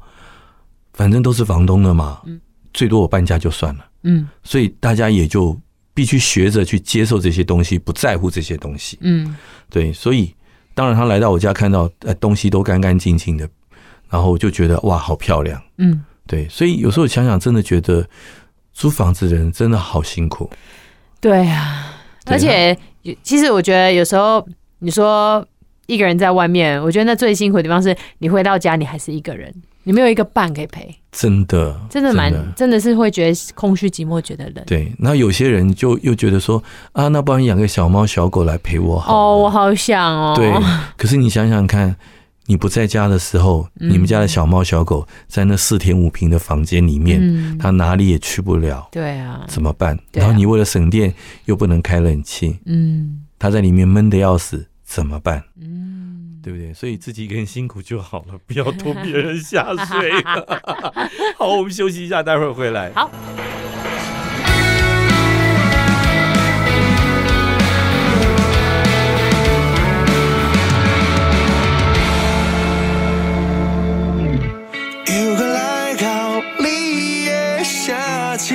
Speaker 3: 反正都是房东的嘛，最多我搬家就算了，
Speaker 4: 嗯
Speaker 3: 所以大家也就必须学着去接受这些东西，不在乎这些东西。
Speaker 4: 嗯
Speaker 3: 对，所以当然他来到我家看到呃东西都干干净净的，然后我就觉得哇，好漂亮。
Speaker 4: 嗯，
Speaker 3: 对，所以有时候想想，真的觉得租房子的人真的好辛苦。
Speaker 4: 对啊，
Speaker 3: 对啊
Speaker 4: 而且有其实我觉得有时候你说一个人在外面，我觉得那最辛苦的地方是你回到家你还是一个人，你没有一个伴可以陪，
Speaker 3: 真的，
Speaker 4: 真的蛮真的是会觉得空虚寂寞，觉得冷。
Speaker 3: 对。那有些人就又觉得说啊，那不然养个小猫小狗来陪我好
Speaker 4: 哦，我
Speaker 3: 了。
Speaker 4: 好想哦。
Speaker 3: 对，可是你想想看，你不在家的时候，
Speaker 4: 嗯
Speaker 3: 你们家的小猫小狗在那四天五平的房间里面，
Speaker 4: 嗯，
Speaker 3: 它哪里也去不了，
Speaker 4: 对啊，
Speaker 3: 怎么办？
Speaker 4: 对啊
Speaker 3: 然后你为了省电又不能开冷气，
Speaker 4: 嗯
Speaker 3: 它在里面闷得要死，怎么办？
Speaker 4: 嗯，
Speaker 3: 对不对？所以自己一个人辛苦就好了， 不要拖别人下水。 好，我们休息一下，待会儿回来。
Speaker 4: 好
Speaker 6: 有个来到你的城市，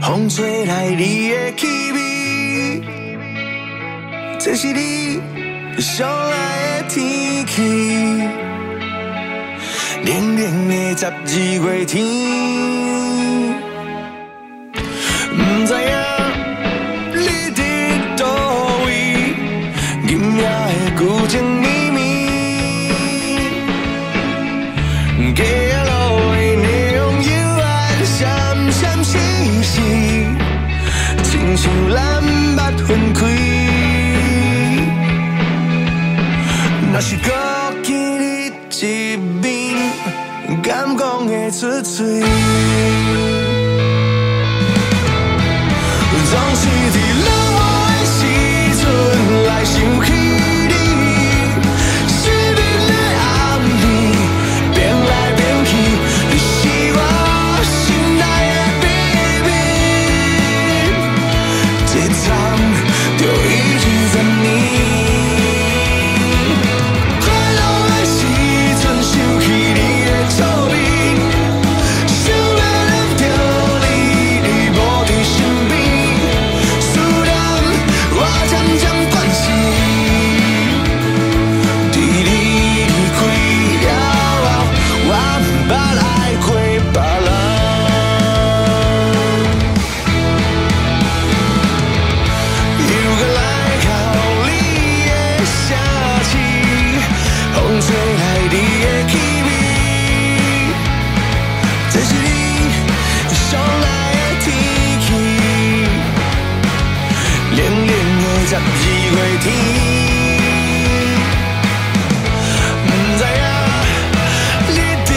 Speaker 6: 风吹来你的气味，这是你想来的天气。冷冷的十二月天，不知影你伫倒位，今夜的旧情绵绵。街路的霓虹幽暗闪闪烁烁，亲像咱捌分开。若是搁见你一面，敢讲会出嘴？总是伫冷漠的时阵来想起你，失眠的暗暝，变来变去，你是我心内的秘密，一站就已经十年。快乐的时阵想起你的笑面，想要揽着你，你无伫身边，天。毋知影你伫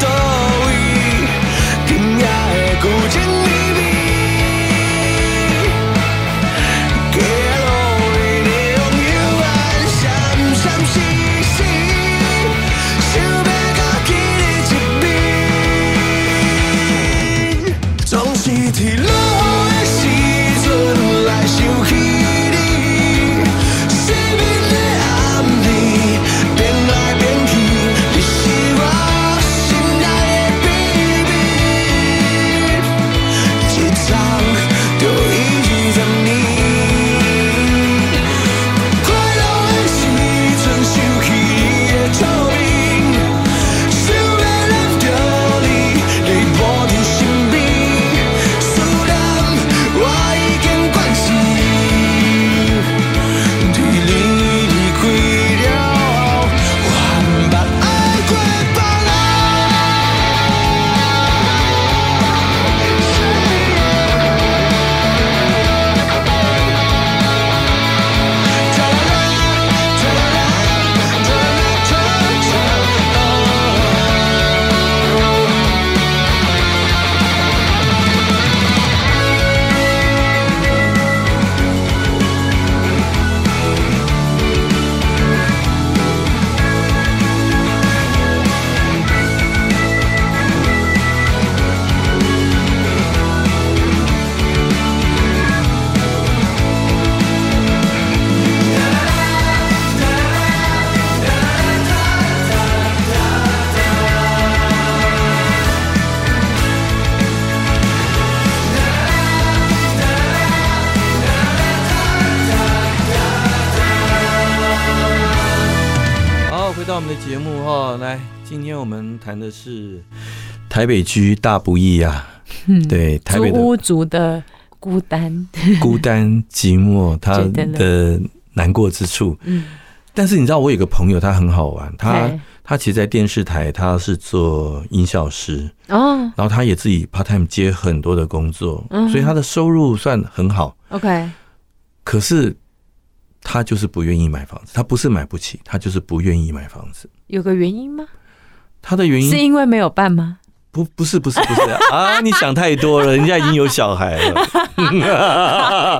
Speaker 6: 倒位，今夜的旧情绵绵。街路为你拥有爱，闪闪烁烁，想要甲记你一面，总是伫落雨的时阵来想起你，失眠的暗暝，变来变去，你是我心内的秘密。一站就一十年。快乐的时阵想起你的臭味，想要揽着你，你无伫身边。虽然我已经惯习，对你离开了后，我含目爱过别人。
Speaker 3: 好，回到我们的节目哈，来，今天我们谈的是台北居大不易啊，对，
Speaker 7: 嗯
Speaker 3: 台
Speaker 7: 租
Speaker 3: 北的
Speaker 7: 屋族的孤单，
Speaker 3: 孤单寂 寞，他
Speaker 7: 真的
Speaker 3: 的难过之处。
Speaker 7: 嗯，
Speaker 3: 但是你知道，我有个朋友，他很好玩，他
Speaker 7: 对
Speaker 3: 他其实，在电视台他是做音效师，
Speaker 7: 哦
Speaker 3: 然后他也自己 part time 接很多的工作，
Speaker 7: 嗯
Speaker 3: 所以他的收入算很好。
Speaker 7: ，OK，
Speaker 3: 可是他就是不愿意买房子，他不是买不起，他就是不愿意买房子。
Speaker 7: 有个原因吗？
Speaker 3: 他的原因
Speaker 7: 是因为没有办吗？
Speaker 3: 不，不是，不是， 不是啊！你想太多了，人家已经有小孩了。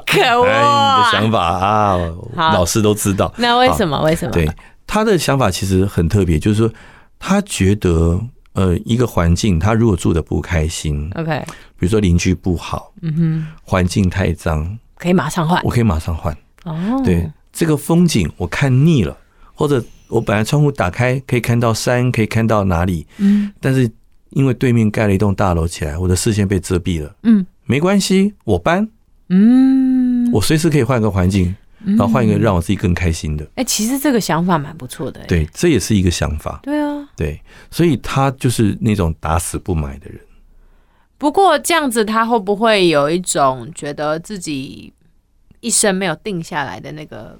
Speaker 7: 可恶
Speaker 3: 哎，你的
Speaker 7: 啊！
Speaker 3: 想法啊，
Speaker 7: 好
Speaker 3: 老师都知道。啊
Speaker 7: 那为什么？为什么？
Speaker 3: 对，他的想法其实很特别，就是说他觉得，呃，一个环境，他如果住的不开心，
Speaker 7: ，OK，
Speaker 3: 比如说邻居不好，
Speaker 7: 嗯哼，
Speaker 3: 环境太脏，
Speaker 7: 可以马上换
Speaker 3: 我可以马上换。
Speaker 7: 哦。
Speaker 3: 对，这个风景我看腻了，或者我本来窗户打开可以看到山，可以看到哪里，
Speaker 7: 嗯
Speaker 3: 但是因为对面盖了一栋大楼起来，我的视线被遮蔽了。
Speaker 7: 嗯
Speaker 3: 没关系，我搬，
Speaker 7: 嗯，
Speaker 3: 我随时可以换个环境，然后换一个让我自己更开心的。
Speaker 7: 哎，其实这个想法蛮不错的。，
Speaker 3: 对，这也是一个想法。
Speaker 7: 对啊。
Speaker 3: 对，所以他就是那种打死不买的人。
Speaker 4: 不过这样子，他会不会有一种觉得自己一生没有定下来的那个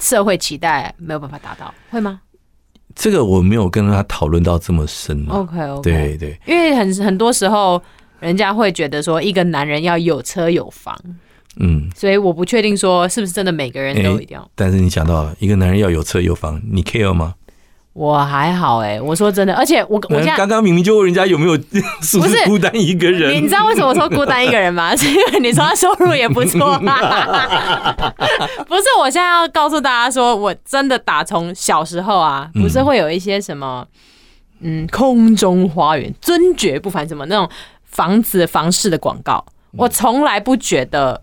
Speaker 4: 社会期待没有办法达到，会吗
Speaker 3: 这个我没有跟他讨论到这么深啊。
Speaker 7: OK 哦 OK，
Speaker 3: 对对
Speaker 4: 因为很很多时候，人家会觉得说，一个男人要有车有房，
Speaker 3: 嗯，
Speaker 4: 所以我不确定说是不是真的每个人都一定要。
Speaker 3: 但是你讲到一个男人要有车有房，你 care 吗？
Speaker 4: 我还好哎、我说真的，而且我我现在
Speaker 3: 刚刚明明就问人家有没 有是不
Speaker 4: 不
Speaker 3: 是
Speaker 4: 是
Speaker 3: 孤单一个
Speaker 4: 你
Speaker 3: 人
Speaker 4: 你知，道为什么我说孤单一个人吗？是因为你说他收入也不错。啊不是，我现在要告诉大家说，我真的打从小时候啊，不是会有一些什么，嗯，空中花园、尊爵不凡什么那种房子房市的广告，我从来不觉得。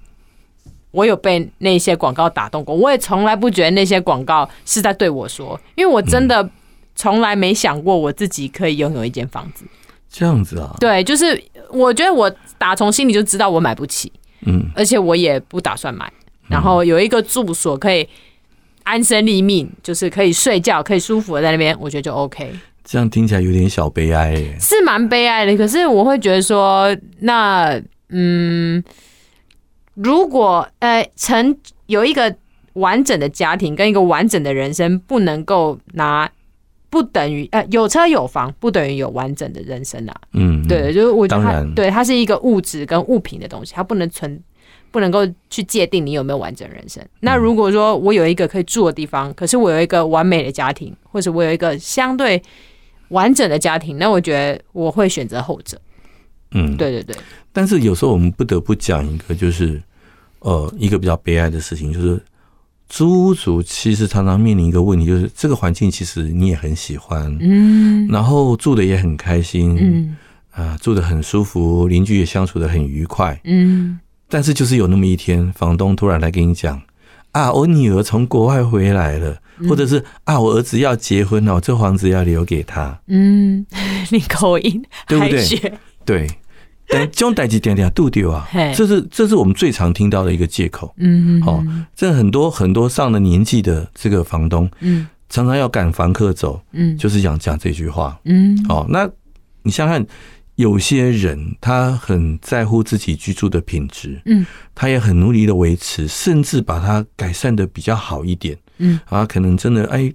Speaker 4: 我有被那些广告打动过，我也从来不觉得那些广告是在对我说，因为我真的从来没想过我自己可以拥有一间房子。
Speaker 3: 这样子啊？
Speaker 4: 对，就是我觉得我打从心里就知道我买不起，
Speaker 3: 嗯，
Speaker 4: 而且我也不打算买。然后有一个住所可以安身立命，就是可以睡觉，可以舒服的在那边，我觉得就 OK，
Speaker 3: 这样听起来有点小悲哀耶。
Speaker 4: 是蛮悲哀的。可是我会觉得说，那嗯，如果呃成有一个完整的家庭跟一个完整的人生，不能够拿。不等于呃有车有房，不等于有完整的人生啊。
Speaker 3: 嗯，
Speaker 4: 对，就是我觉得
Speaker 3: 当
Speaker 4: 它
Speaker 3: 然
Speaker 4: 对它是一个物质跟物品的东西，它不能存，不能够去界定你有没有完整人生。
Speaker 3: 嗯
Speaker 4: 那如果说我有一个可以住的地方，可是我有一个完美的家庭，或者我有一个相对完整的家庭，那我觉得我会选择后者。
Speaker 3: 嗯，。
Speaker 4: 对对对，
Speaker 3: 但是有时候我们不得不讲一个，就是呃，一个比较悲哀的事情，就是租屋族其实常常面临一个问题，就是这个环境其实你也很喜欢，
Speaker 4: 嗯
Speaker 3: 然后住的也很开心，
Speaker 4: 嗯
Speaker 3: 啊、住的很舒服，邻居也相处的很愉快，
Speaker 4: 嗯，
Speaker 3: 但是就是有那么一天，房东突然来跟你讲啊，我女儿从国外回来了，
Speaker 4: 嗯
Speaker 3: 或者是啊，我儿子要结婚了，我这房子要留给他，
Speaker 4: 嗯，你口音
Speaker 3: 对不对
Speaker 4: 还学
Speaker 3: 对。 但这种代际点点度丢啊
Speaker 7: 嘿，
Speaker 3: 这是这是我们最常听到的一个借口。
Speaker 4: 嗯
Speaker 3: 哦，这很多很多上了年纪的这个房东，
Speaker 4: 嗯
Speaker 3: 常常要赶房客走，
Speaker 4: 嗯
Speaker 3: 就是讲讲这句话。
Speaker 4: 嗯
Speaker 3: 哦，那你想想看，有些人他很在乎自己居住的品质，
Speaker 4: 嗯，
Speaker 3: 他也很努力的维持，甚至把它改善的比较好一点，
Speaker 4: 嗯，
Speaker 3: 啊，可能真的哎，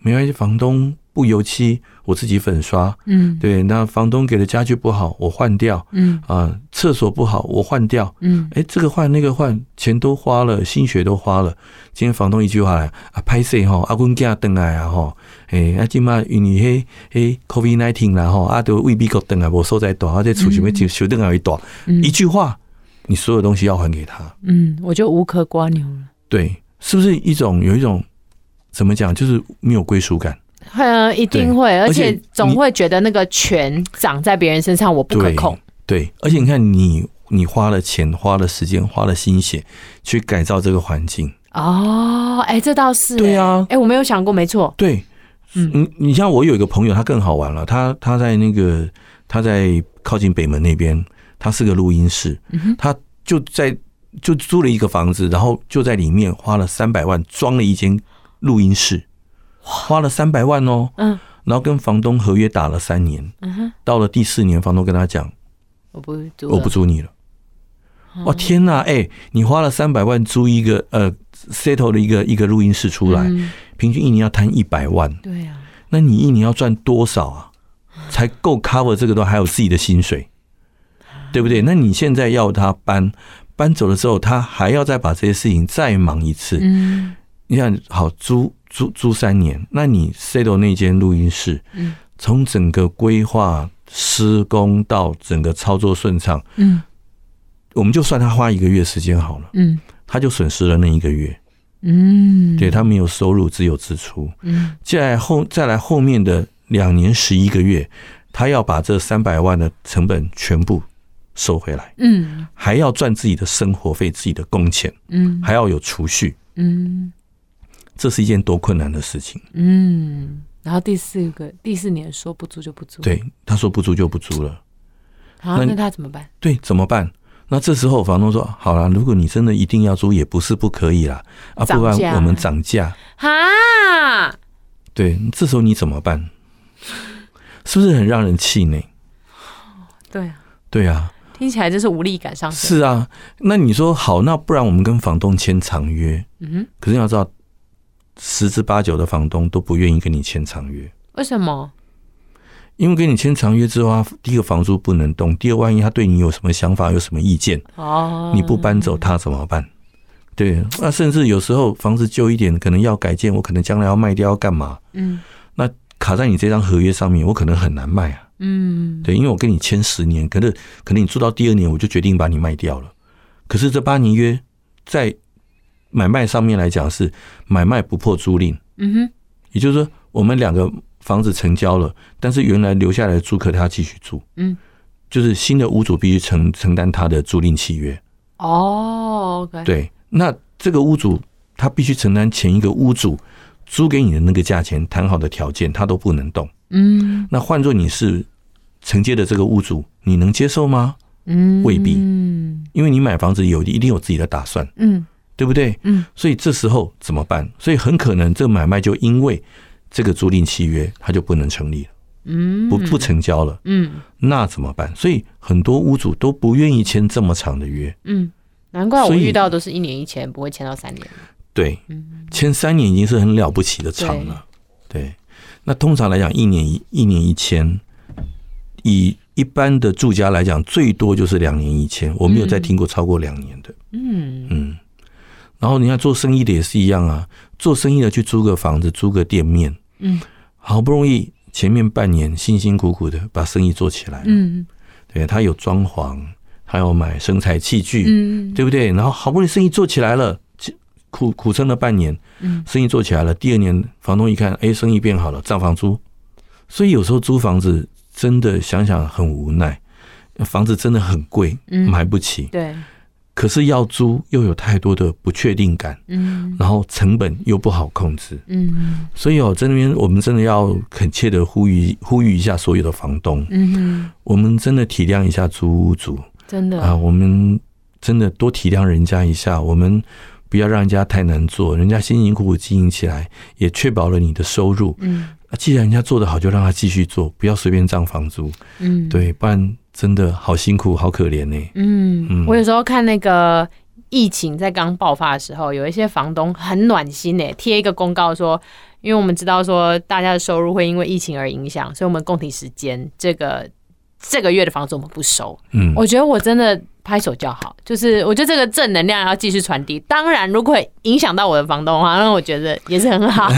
Speaker 3: 没关系，房东不油漆，我自己粉刷，
Speaker 4: 嗯
Speaker 3: 对，那房东给的家具不好，我换掉，
Speaker 4: 嗯
Speaker 3: 啊，厕所不好，我换掉，
Speaker 4: 嗯
Speaker 3: 哎，这个换那个换，钱都花了，心血都花了。今天房东一句话来啊，拍摄吼，啊，阮囝回来啊吼，哎，啊，今嘛因为迄迄 COVID nineteen 啦吼，啊，都未必够回来，无所在住，啊，这厝想要就修等来一大、
Speaker 7: 嗯
Speaker 3: 一句话，你所有东西要还给他，
Speaker 7: 嗯，我就无可刮牛了。
Speaker 3: 对，是不是一种有一种怎么讲，就是没有归属感？
Speaker 4: 会啊，一定会，而
Speaker 3: 而且
Speaker 4: 且总
Speaker 3: 你
Speaker 4: 会觉得那个权长在别人身上，我不可
Speaker 3: 对
Speaker 4: 控。
Speaker 3: 对，而且你看你你花了钱，花了时间，花了心血去改造这个环境，
Speaker 4: 哦，哎、这倒是、
Speaker 3: 对啊
Speaker 4: 哎、我没有想过，没错，
Speaker 3: 对，
Speaker 4: 嗯
Speaker 3: 嗯，你像我有一个朋友，他更好玩了，他他在那个他在靠近北门那边，他是个录音室，
Speaker 4: 嗯
Speaker 3: 他就在就租了一个房子，然后就在里面花了三百万装了一间录音室，花了三百万哦，
Speaker 4: 嗯，
Speaker 3: 然后跟房东合约打了三年，
Speaker 4: 嗯哼，
Speaker 3: 到了第四年，房东跟他讲，
Speaker 7: 我不租了，
Speaker 3: 我不租你了。
Speaker 4: 嗯
Speaker 3: 哇天呐！哎、你花了三百万租一个呃 settle 的一个一个录音室出来，
Speaker 4: 嗯
Speaker 3: 平均一年要摊一百万，
Speaker 4: 对啊，
Speaker 3: 那你一年要赚多少啊？才够 cover 这个都还有自己的薪水，对不对？那你现在要他搬，搬走了之后，他还要再把这些事情再忙一次。
Speaker 4: 嗯
Speaker 3: 你想，好租租租三年，那你 settle 那间录音室，
Speaker 4: 嗯
Speaker 3: 从整个规划、施工到整个操作顺畅，
Speaker 4: 嗯
Speaker 3: 我们就算他花一个月时间好了，
Speaker 4: 嗯
Speaker 3: 他就损失了那一个月。
Speaker 4: 嗯，
Speaker 3: 对他没有收入，只有支出。
Speaker 4: 嗯，
Speaker 3: 再来后再来后面的两年十一个月，他要把这三百万的成本全部收回来，
Speaker 4: 嗯
Speaker 3: 还要赚自己的生活费、自己的工钱，
Speaker 4: 嗯
Speaker 3: 还要有储蓄，
Speaker 4: 嗯
Speaker 3: 这是一件多困难的事情。
Speaker 7: 嗯。然后第四个第四年说不租就不租，，
Speaker 3: 对，他说不租就不租了，
Speaker 4: 啊
Speaker 7: 然后
Speaker 3: 那
Speaker 7: 那
Speaker 3: 你
Speaker 7: 他怎么办？
Speaker 3: 对，怎么办？那这时候房东说：“好啦，如果你真的一定要租，也不是不可以啦，啊，不
Speaker 4: 涨价
Speaker 3: 然我们涨价。
Speaker 4: 哈，”
Speaker 3: 对，这时候你怎么办？是不是很让人气馁？
Speaker 7: 对啊，
Speaker 3: 对啊，
Speaker 7: 听起来就是无力感上升。
Speaker 3: 是啊，那你说好，那不然我们跟房东签长约？
Speaker 4: 嗯哼，
Speaker 3: 可是你要知道，十之八九的房东都不愿意跟你签长约，
Speaker 4: 为什么？
Speaker 3: 因为跟你签长约之后，他第一个房租不能动，第二万一他对你有什么想法、有什么意见，
Speaker 7: 哦，
Speaker 3: 你不搬走他怎么办？对，那甚至有时候房子旧一点，可能要改建，我可能将来要卖掉，要干嘛？
Speaker 4: 嗯
Speaker 3: 那卡在你这张合约上面，我可能很难卖啊。
Speaker 4: 嗯
Speaker 3: 对，因为我跟你签十年，可是可能你住到第二年，我就决定把你卖掉了。可是这八年约在买卖上面来讲是买卖不破租赁，
Speaker 4: 嗯哼，
Speaker 3: 也就是说我们两个房子成交了，但是原来留下来的租客他要继续住，
Speaker 4: 嗯，
Speaker 3: 就是新的屋主必须承承担他的租赁契约。
Speaker 4: 哦，OK，
Speaker 3: 对，那这个屋主他必须承担前一个屋主租给你的那个价钱谈好的条件，他都不能动。
Speaker 4: 嗯
Speaker 3: 那换做你是承接的这个屋主，你能接受吗？
Speaker 4: 嗯，
Speaker 3: 未必
Speaker 4: 嗯
Speaker 3: 因为你买房子有一定有自己的打算，
Speaker 4: 嗯
Speaker 3: 对不对？
Speaker 4: 嗯，
Speaker 3: 所以这时候怎么办？所以很可能这买卖就因为这个租赁契约，它就不能成立了，
Speaker 4: 嗯，
Speaker 3: 不不成交了，
Speaker 4: 嗯
Speaker 3: 那怎么办？所以很多屋主都不愿意签这么长的约，
Speaker 4: 嗯，难怪我
Speaker 3: 所以
Speaker 4: 遇到都是一年一签，不会签到三年。
Speaker 3: 对，
Speaker 8: 嗯
Speaker 3: 签三年已经是很了不起的长了，对。那通常来讲，一年一一年一签，
Speaker 8: 嗯
Speaker 3: 以一般的住家来讲，最多就是两年一签，我没有再听过超过两年的。
Speaker 4: 嗯，
Speaker 3: 嗯，然后你看做生意的也是一样啊，做生意的去租个房子，租个店面，
Speaker 8: 嗯，
Speaker 3: 好不容易前面半年辛辛苦苦的把生意做起来，，
Speaker 8: 嗯
Speaker 3: 对他有装潢，他要买生产器具，
Speaker 8: 嗯
Speaker 3: 对不对？然后好不容易生意做起来了，其苦苦撑了半年，
Speaker 8: 嗯
Speaker 3: 生意做起来了，第二年房东一看，哎，生意变好了，涨房租。所以有时候租房子真的想想很无奈，房子真的很贵，
Speaker 8: 嗯
Speaker 3: 买不起。
Speaker 8: 对，
Speaker 3: 可是要租又有太多的不确定感，
Speaker 8: 嗯
Speaker 3: 然后成本又不好控制，
Speaker 8: 嗯
Speaker 3: 所以哦，这边我们真的要恳切的呼吁呼吁一下所有的房东，
Speaker 8: 嗯哼，
Speaker 3: 我们真的体谅一下租屋族
Speaker 8: 真的
Speaker 3: 啊，我们真的多体谅人家一下，我们不要让人家太难做，人家辛辛苦苦经营起来，也确保了你的收入。
Speaker 8: 嗯
Speaker 3: 啊既然人家做得好，就让他继续做，不要随便涨房租，
Speaker 8: 嗯，
Speaker 3: 对，不然真的好辛苦，好可怜呢、
Speaker 8: 嗯
Speaker 3: 嗯
Speaker 4: 我有时候看那个疫情在刚爆发的时候，有一些房东很暖心诶、贴一个公告说，因为我们知道说大家的收入会因为疫情而影响，所以我们供体时间这个这个月的房子我们不收。
Speaker 3: 嗯，
Speaker 4: 我觉得我真的拍手叫好，就是我觉得这个正能量要继续传递。当然，如果影响到我的房东的话，那我觉得也是很 好。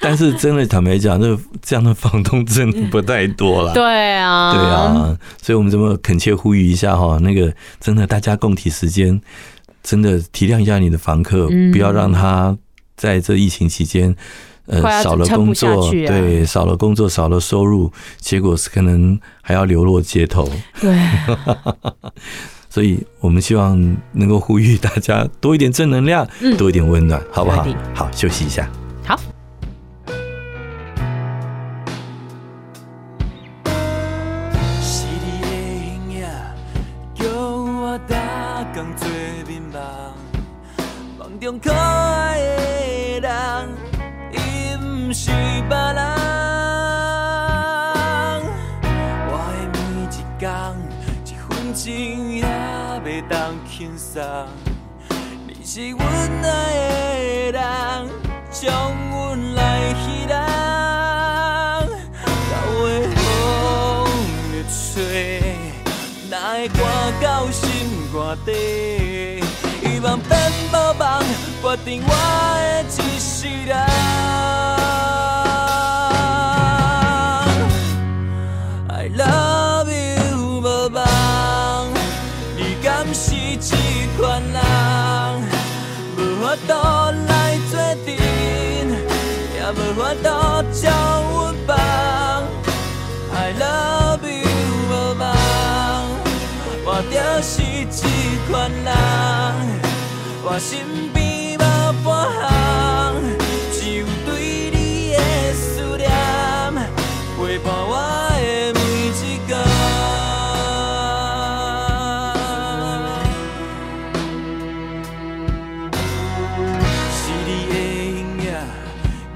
Speaker 3: 但是真的坦白讲，这这样的房东真
Speaker 8: 嗯
Speaker 3: 的不太多了。
Speaker 4: 对啊，
Speaker 3: 对，啊，所以我们这么恳切呼吁一下哈，那个真的大家共体时间，真的体谅一下你的房客，
Speaker 4: 嗯
Speaker 3: 不要让他在这疫情期间。呃
Speaker 4: 快要，
Speaker 3: 少了
Speaker 4: 撑不
Speaker 3: 工
Speaker 4: 下
Speaker 3: 作，
Speaker 4: 去啊
Speaker 3: 对，少了工作，少了收入，结果是可能还要流落街头。
Speaker 8: 对，
Speaker 3: 所以我们希望能够呼吁大家多一点正能量，
Speaker 4: 嗯
Speaker 3: 多一点温暖，好不好
Speaker 4: 可以？
Speaker 3: 好，休息一下。
Speaker 4: 好。
Speaker 9: 是你的形影，叫我逐天做眠梦，梦中可爱的人，伊毋是别人。我的每一天，一分钟也袂当轻松。你是阮爱的人，将阮来彼人。到的风在吹，哪会寒到心肝底？希望变无梦，决定我的一世人。I love you，无梦，你敢是这款人？无法度来做阵，也无法度将阮放。I love you，无梦，我就是这款人，我身边无半项，只有对你的思念陪伴我的每一天。是你的影影，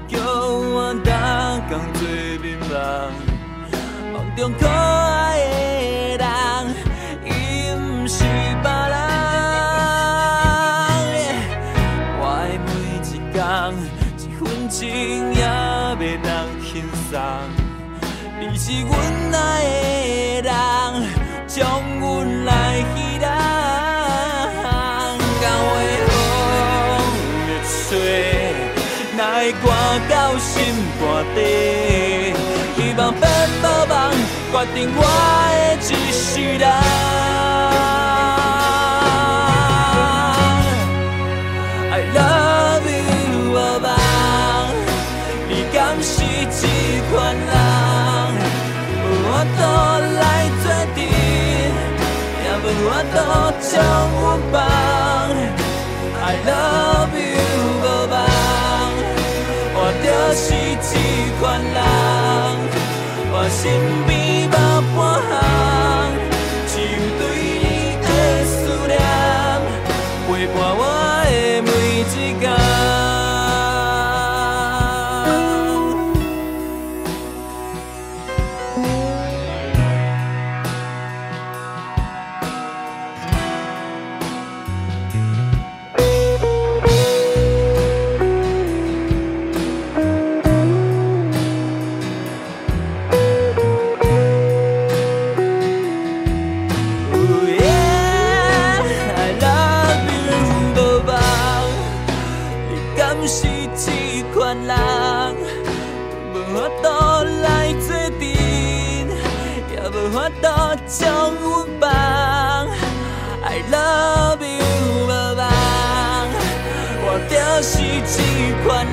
Speaker 9: 叫我逐天做眠梦，梦中可爱的人，伊毋是别人。我的每一天，一分钟也袂当轻松。你是阮爱的人，将阮来彼人。到的风在吹，哪会寒到心肝底？希望变无梦，决定我的一世人。I love you，我梦，你敢是这款人？无法度来做阵，也无法度将我放。I love you，我梦，我就是这款人，我身边无半项，只有对你的思念。陪伴我的每一天。Oh yeah, I love 是一款人，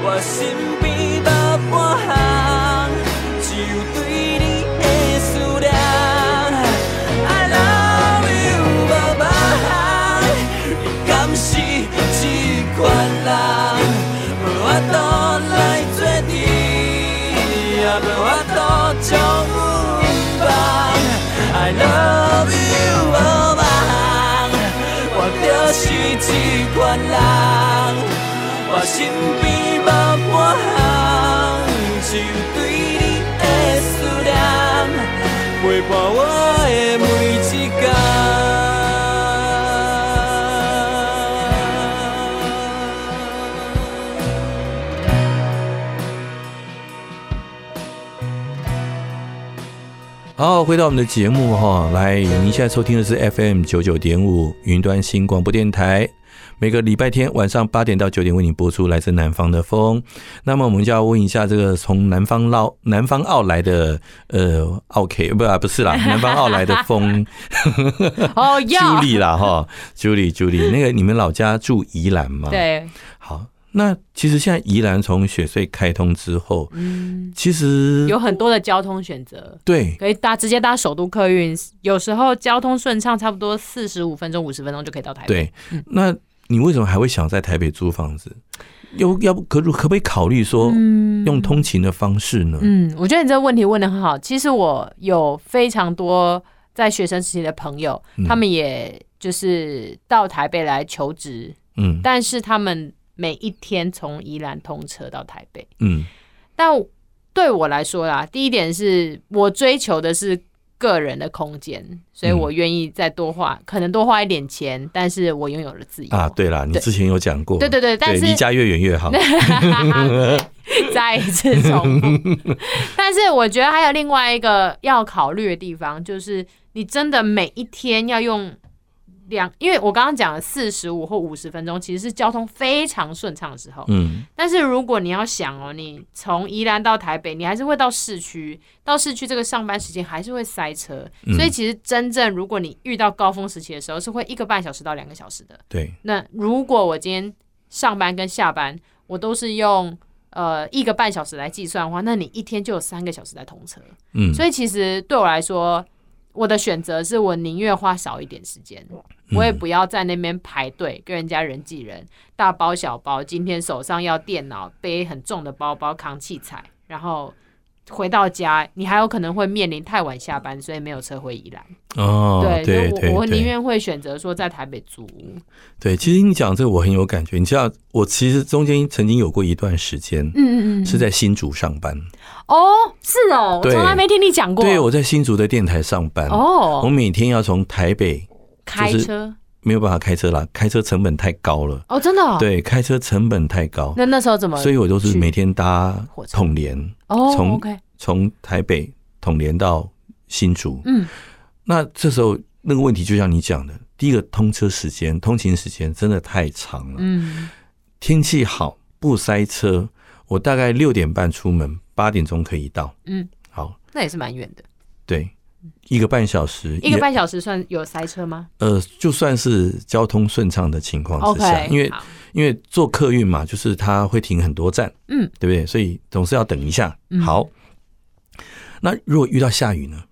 Speaker 9: 无法度来做阵，也无法度将阮放。I love you，无望，我就是一款人，我身边无半项，只有对你的思念。I love you，无望，你敢是一款人，无法度来做阵，也无法度将阮放。I love you，无望，我就是一款人，我身边无半项，只有对你的思念陪伴我的每一天。
Speaker 3: 好，回到我们的节目哈，来，您现在收听的是 FM 九九点五云端新广播电台，每个礼拜天晚上八点到九点为您播出来自南方的风。那么我们就要问一下这个从南方澳南方澳来的呃澳 K 不啊不是 啦，南方澳来的风
Speaker 4: 哦 要
Speaker 3: Julie 啦哈，Julie Julie，那个你们老家住宜兰吗？，
Speaker 4: 对，
Speaker 3: 好，那其实现在宜兰从雪隧开通之后，
Speaker 4: 嗯，
Speaker 3: 其实
Speaker 4: 有很多的交通选择。
Speaker 3: 对
Speaker 4: 可以搭直接搭首都客运，有时候交通顺畅，差不多四十五分钟、五十分钟就可以到台北。嗯
Speaker 3: 对，那你为什么还会想在台北租房子？要要不可可不可以考虑说用通勤的方式呢？
Speaker 4: 嗯，我觉得你这个问题问的很好。其实我有非常多在学生时期的朋友，
Speaker 3: 嗯
Speaker 4: 他们也就是到台北来求职，
Speaker 3: 嗯
Speaker 4: 但是他们每一天从宜兰通车到台北。
Speaker 3: 嗯
Speaker 4: 但对我来说啦，第一点是我追求的是个人的空间，所以
Speaker 3: 嗯
Speaker 4: 我愿意再多花，可能多花一点钱，但是我拥有了自由
Speaker 3: 啊，对啦，你
Speaker 4: 哦对
Speaker 3: 之前有讲过，
Speaker 4: 对对对，但
Speaker 3: 对，
Speaker 4: 是
Speaker 3: 离家越远越好。
Speaker 4: 再一次 重复。但是我觉得还有另外一个要考虑的地方，就是你真的每一天要用两，因为我刚刚讲了四十五或五十分钟，其实是交通非常顺畅的时候。
Speaker 3: 嗯
Speaker 4: 但是如果你要想哦，你从宜兰到台北，你还是会到市区，到市区这个上班时间还是会塞车，
Speaker 3: 嗯
Speaker 4: 所以其实真正如果你遇到高峰时期的时候，是会一个半小时到两个小时的。
Speaker 3: 对，
Speaker 4: 那如果我今天上班跟下班，我都是用呃一个半小时来计算的话，那你一天就有三个小时在通车。
Speaker 3: 嗯，
Speaker 4: 所以其实对我来说，我的选择是我宁愿花少一点时间，我
Speaker 3: 嗯
Speaker 4: 也不要在那边排队跟人家人挤人，大包小包，今天手上要电脑，背很重的包包，扛器材，然后。回到家，你还有可能会面临太晚下班，所以没有车回宜兰。
Speaker 3: 哦，对
Speaker 4: 对，所以
Speaker 3: 对
Speaker 4: 我我宁
Speaker 3: 对
Speaker 4: 愿会选择说在台北租屋。
Speaker 3: 对，其实你讲这个我很有感觉。你知道，我其实中间曾经有过一段时间
Speaker 4: 嗯嗯嗯，
Speaker 3: 是在新竹上班，
Speaker 4: 哦，是哦，我
Speaker 3: 对
Speaker 4: 从来没听你讲过。
Speaker 3: 对我在新竹的电台上班，我
Speaker 4: 哦，
Speaker 3: 每天要从台北
Speaker 4: 开
Speaker 3: 就是
Speaker 4: 车
Speaker 3: 没有办法开车啦，开车成本太高了，
Speaker 4: 哦，真的、哦。，
Speaker 3: 对，开车成本太高，
Speaker 4: 那那时候怎么？
Speaker 3: 所以我都是每天搭
Speaker 4: 火车
Speaker 3: 统联，
Speaker 4: 哦
Speaker 3: 从
Speaker 4: ，OK，
Speaker 3: 从台北统联到新竹。
Speaker 4: 嗯，
Speaker 3: 那这时候那个问题就像你讲的，第一个通车时间、通勤时间真的太长了。
Speaker 4: 嗯，
Speaker 3: 天气好不塞车，我大概六点半出门，八点钟可以到。
Speaker 4: 嗯，
Speaker 3: 好，
Speaker 4: 那也是蛮远的，
Speaker 3: 对，一个半小时，
Speaker 4: 一个
Speaker 3: 也
Speaker 4: 半小时算有塞车吗
Speaker 3: 呃，就算是交通顺畅的情况之下
Speaker 4: ？OK，
Speaker 3: 因为
Speaker 4: 好
Speaker 3: 因为坐客运嘛，就是它会停很多站，
Speaker 4: 嗯，
Speaker 3: 对不对？所以总是要等一下。好，那如果遇到下雨呢？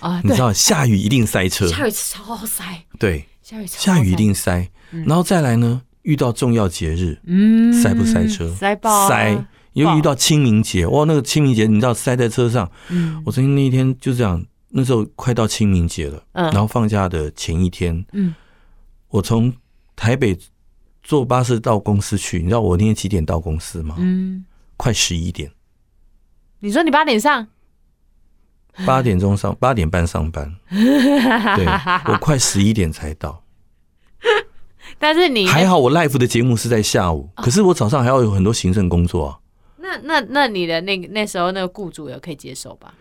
Speaker 4: 啊，
Speaker 3: 你
Speaker 4: 对
Speaker 3: 知，道下雨一定塞车，
Speaker 4: 下雨超塞，
Speaker 3: 对，
Speaker 4: 下雨超塞
Speaker 3: 下雨一定塞。然后再来呢，遇到重要节日，
Speaker 4: 嗯
Speaker 3: 塞不塞车？
Speaker 4: 塞爆啊
Speaker 3: 塞。又遇到清明节，哇，那个清明节你知道塞在车上，
Speaker 4: 嗯
Speaker 3: 我曾经那一天就这样，那时候快到清明节了，
Speaker 4: 嗯
Speaker 3: 然后放假的前一天，
Speaker 4: 嗯，
Speaker 3: 我从台北坐巴士到公司去，你知道我那天几点到公司吗？
Speaker 4: 嗯，
Speaker 3: 快十一点，
Speaker 4: 你说你八点上，
Speaker 3: 八点钟 上，八点半上班，对我快十一点才到，
Speaker 4: 但是你
Speaker 3: 还好我 live 的节目是在下午，
Speaker 4: 哦
Speaker 3: 可是我早上还要有很多行政工作啊。
Speaker 4: 那那那你的那个那时候那个雇主也可以接受吧？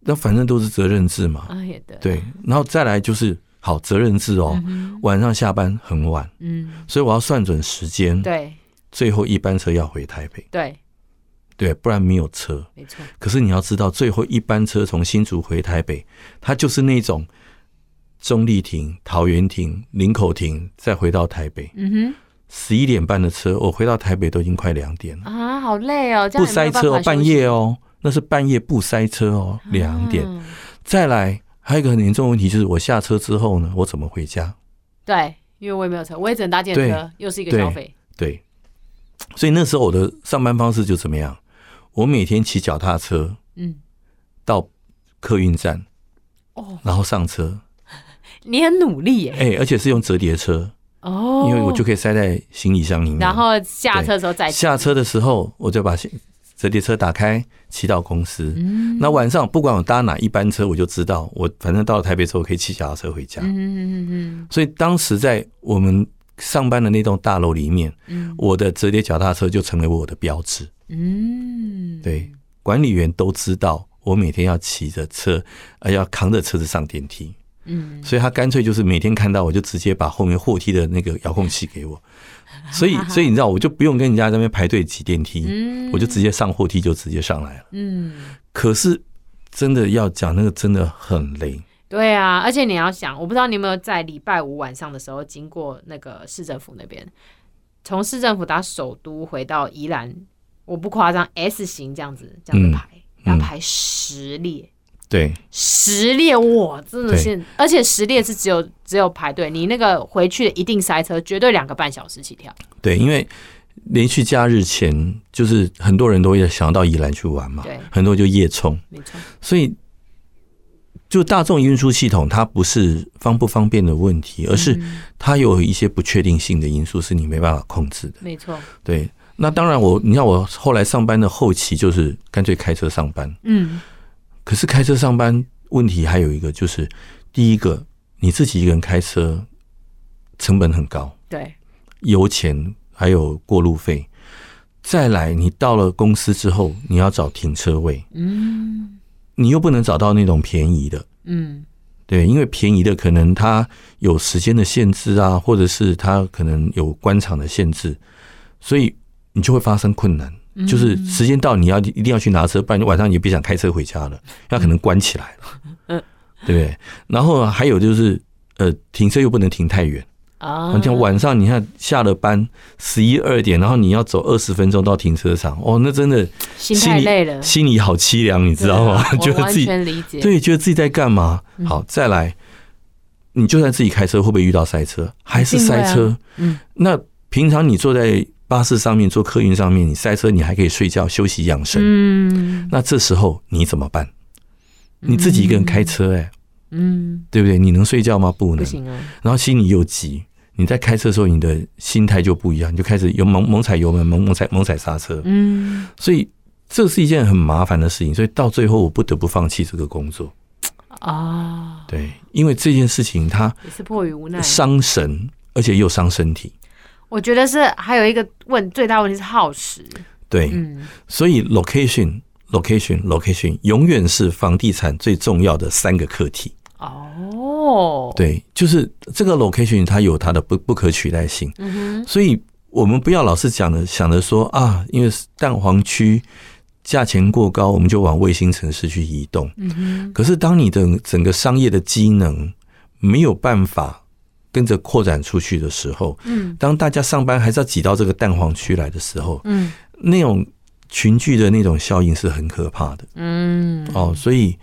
Speaker 3: 那反正都是责任制嘛，
Speaker 4: 啊，也对，
Speaker 3: 对。然后再来就是好责任制哦，晚上下班很晚，
Speaker 4: 嗯，
Speaker 3: 所以我要算准时间，
Speaker 4: 对
Speaker 3: 最后一班车要回台北，
Speaker 4: 对，
Speaker 3: 对，不然没有车。
Speaker 4: 没错，
Speaker 3: 可是你要知道，最后一班车从新竹回台北，它就是那种中立停、桃园停、林口停，再回到台北，
Speaker 4: 嗯
Speaker 3: 十一点半的车，我回到台北都已经快两点了，
Speaker 4: 哼，啊，好累哦，这
Speaker 3: 不
Speaker 4: 样也没
Speaker 3: 塞
Speaker 4: 有
Speaker 3: 车哦，
Speaker 4: 办法休息
Speaker 3: 半夜哦，那是半夜不塞车哦，两点。
Speaker 4: 嗯
Speaker 3: 再来，还有一个很严重的问题就是，我下车之后呢，我怎么回家？
Speaker 4: 对，因为我也没有车，我也只能搭电车，又是一个
Speaker 3: 对
Speaker 4: 消费，
Speaker 3: 对，所以那时候我的上班方式就怎么样？我每天骑脚踏车
Speaker 4: 嗯，
Speaker 3: 到客运站，
Speaker 4: 哦，
Speaker 3: 然后上车，
Speaker 4: 你很努力耶，
Speaker 3: 哎、而且是用折叠车，
Speaker 4: 哦，
Speaker 3: 因为我就可以塞在行李箱里面。
Speaker 4: 然后下车的时候再
Speaker 3: 下车的时候，我就把行折叠车打开，骑到公司。
Speaker 4: 嗯
Speaker 3: 那晚上不管我搭哪一班车，我就知道我反正到了台北之后，我可以骑脚踏车回家。
Speaker 4: 嗯嗯嗯
Speaker 3: 所以当时在我们上班的那栋大楼里面，
Speaker 4: 嗯
Speaker 3: 我的折叠脚踏车就成为我的标志。
Speaker 4: 嗯，嗯，
Speaker 3: 对，管理员都知道我每天要骑着车，呃，要扛着车子上电梯，
Speaker 4: 嗯，
Speaker 3: 所以他干脆就是每天看到我就直接把后面货梯的那个遥控器给 我，所以所以你知道我就不用跟人家在那边排队挤电梯，
Speaker 4: 嗯，
Speaker 3: 我就直接上货梯就直接上来了。
Speaker 4: 嗯。
Speaker 3: 可是真的要讲那个真的很累，
Speaker 4: 对啊，而且你要想，我不知道你有没有在礼拜五晚上的时候经过那个市政府那边，从市政府打首都回到宜兰，我不夸张，S 型这样子这样子排，要排十列，
Speaker 3: 对
Speaker 4: 十列哇，真的
Speaker 3: 对
Speaker 4: 是，而且十列是只有只有排队，你那个回去一定塞车，绝对两个半小时起跳。
Speaker 3: 对，因为。连续假日前，就是很多人都会想要到宜兰去玩嘛
Speaker 4: 对，
Speaker 3: 很多人就夜冲，
Speaker 4: 没错，
Speaker 3: 所以，就大众运输系统，它不是方不方便的问题，而是它有一些不确定性的因素是你没办法控制的。
Speaker 4: 没错，
Speaker 3: 对，那当然我，你看我后来上班的后期，就是干脆开车上班。
Speaker 4: 嗯，
Speaker 3: 可是开车上班问题还有一个，就是第一个，你自己一个人开车成本很高，
Speaker 4: 对，
Speaker 3: 油钱还有过路费。再来，你到了公司之后，你要找停车位，
Speaker 4: 嗯
Speaker 3: 你又不能找到那种便宜的，
Speaker 4: 嗯
Speaker 3: 对，因为便宜的可能它有时间的限制啊，或者是它可能有官场的限制，所以你就会发生困难。
Speaker 4: 嗯
Speaker 3: 就是时间到，你要一定要去拿车，不然你晚上你就别想开车回家了，那可能关起来了，
Speaker 4: 嗯
Speaker 3: 对不对？然后还有就是，呃，停车又不能停太远，
Speaker 4: 啊
Speaker 3: 你像晚上你看下了班十一二点，然后你要走二十分钟到停车场，哦，那真的
Speaker 4: 心太
Speaker 3: 里
Speaker 4: 累了，
Speaker 3: 心里好凄凉，你知道吗？
Speaker 4: 对啊
Speaker 3: 觉
Speaker 4: 我
Speaker 3: 得
Speaker 4: 完
Speaker 3: 自己
Speaker 4: 全理解，
Speaker 3: 对，觉得自己在干嘛？
Speaker 4: 嗯
Speaker 3: 好，再来，你就算自己开车，会不会遇到塞车？还是塞
Speaker 4: 一定会
Speaker 3: 车？
Speaker 4: 嗯，
Speaker 3: 那平常你坐在巴士上面、坐客运上面，你塞车，你还可以睡觉、休息、养生。
Speaker 4: 嗯
Speaker 3: 那这时候你怎么办？你自己一个人开车、欸，哎，
Speaker 4: 嗯，
Speaker 3: 对不对？你能睡觉吗？不
Speaker 4: 不
Speaker 3: 能。
Speaker 4: 行啊。
Speaker 3: 然后心里又急，你在开车的时候，你的心态就不一样，你就开始有猛猛踩油门、猛猛踩猛踩刹车。
Speaker 4: 嗯，
Speaker 3: 所以这是一件很麻烦的事情，所以到最后我不得不放弃这个工作。
Speaker 4: 啊，
Speaker 3: 对，因为这件事情它
Speaker 4: 也是迫于无奈。
Speaker 3: 伤神，而且又伤身体。
Speaker 4: 我觉得是还有一个问最大问题是耗时，
Speaker 3: 对，
Speaker 4: 嗯，
Speaker 3: 所以 location、location、location 永远是房地产最重要的三个课题。
Speaker 4: 哦，，
Speaker 3: 对，就是这个 location 它有它的不不可取代性，
Speaker 4: 嗯哼，
Speaker 3: 所以我们不要老是讲的想着说啊，因为蛋黄区价钱过高，我们就往卫星城市去移动。
Speaker 4: 嗯哼，
Speaker 3: 可是当你的整个商业的机能没有办法跟着扩展出去的时候，
Speaker 4: 嗯
Speaker 3: 当大家上班还是要挤到这个蛋黄区来的时候，
Speaker 4: 嗯
Speaker 3: 那种群聚的那种效应是很可怕的
Speaker 4: 嗯，
Speaker 3: 哦。所以，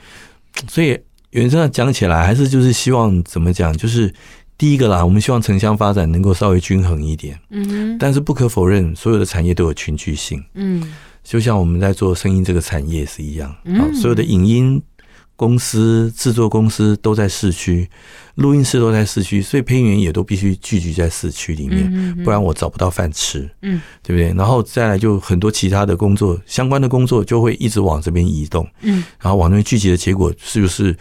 Speaker 3: 所以原则上讲起来，还是就是希望怎么讲，就是第一个啦，我们希望城乡发展能够稍微均衡一点，
Speaker 4: 嗯哼，
Speaker 3: 但是不可否认，所有的产业都有群聚性，
Speaker 4: 嗯
Speaker 3: 就像我们在做声音这个产业也是一样啊、哦所有的影音。公司、制作公司都在市区，录音室都在市区，所以配音员也都必须聚集在市区里面。
Speaker 4: 嗯
Speaker 3: 不然我找不到饭吃，
Speaker 4: 嗯，
Speaker 3: 对不对？然后再来就很多其他的工作相关的工作就会一直往这边移动，
Speaker 4: 嗯，
Speaker 3: 然后往那边聚集的结果是不是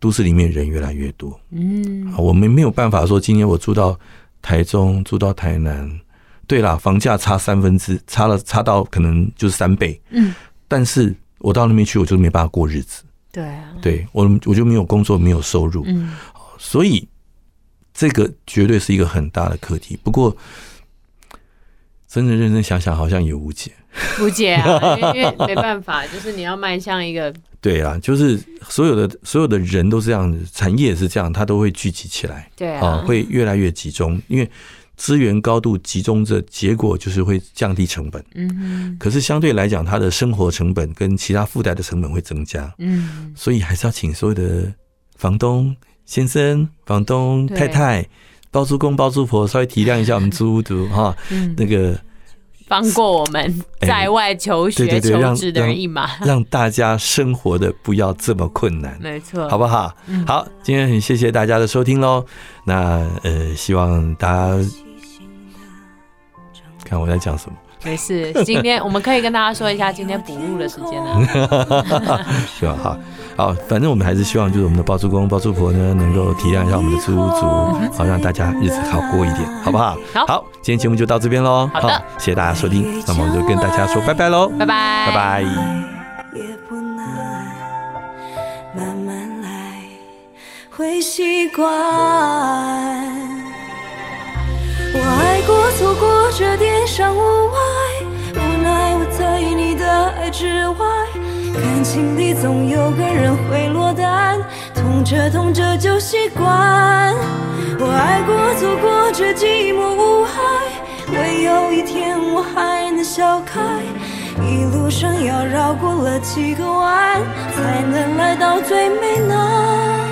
Speaker 3: 都市里面人越来越多？
Speaker 4: 嗯
Speaker 3: 啊我们没有办法说今天我住到台中，住到台南，对啦，房价差三分之差了差到可能就是三倍，
Speaker 4: 嗯，
Speaker 3: 但是我到那边去我就没办法过日子，
Speaker 4: 对啊，
Speaker 3: 对我我就没有工作，没有收入，
Speaker 4: 嗯
Speaker 3: 所以这个绝对是一个很大的课题。不过，真的认真想想，好像也无解。
Speaker 4: 不解啊，因为因为没办法，就是你要迈向一个
Speaker 3: 对啊，就是所有的所有的人都是这样子，产业也是这样，它都会聚集起来，
Speaker 4: 对
Speaker 3: 啊，
Speaker 4: 啊，
Speaker 3: 会越来越集中，因为资源高度集中着，结果就是会降低成本。
Speaker 4: 嗯哼，
Speaker 3: 可是相对来讲，它的生活成本跟其他附带的成本会增加，
Speaker 4: 嗯，
Speaker 3: 所以还是要请所有的房东先生、房东
Speaker 4: 对
Speaker 3: 太太、包租公、包租婆稍微体谅一下我们租屋族 哈，
Speaker 4: 嗯
Speaker 3: 那个
Speaker 4: 放过我们
Speaker 3: 哎
Speaker 4: 在外求
Speaker 3: 对
Speaker 4: 学
Speaker 3: 对对
Speaker 4: 求
Speaker 3: 让
Speaker 4: 职的人
Speaker 3: 让
Speaker 4: 一马，
Speaker 3: 让大家生活的不要这么困 难。
Speaker 4: 没错，
Speaker 3: 好不好？
Speaker 4: 嗯
Speaker 3: 好，今天很谢谢大家的收听喽。那呃，希望大家看我在讲什么。
Speaker 4: 没事。今天我们可以跟大家说一下今天补录的时间呢，
Speaker 3: 希望哈，好，反正我们还是希望就是我们的包租公、包租婆呢，能够体谅一下我们的租屋族，好让大家日子好过一点，好不好？
Speaker 4: 嗯好
Speaker 3: 今天节目就到这边喽。
Speaker 4: 好的
Speaker 3: 谢谢大家收听，那么我们就跟大家说拜拜喽，
Speaker 4: 拜拜
Speaker 3: 拜拜。
Speaker 5: 也不难，慢慢来会习惯。我爱过、错过，这点伤无碍。无奈我在你的爱之外，感情里总有个人会落单，痛着痛着就习惯。我爱过、错过，这寂寞无害。会有一天我还能笑开，一路上要绕过了几个弯，才能来到最美那。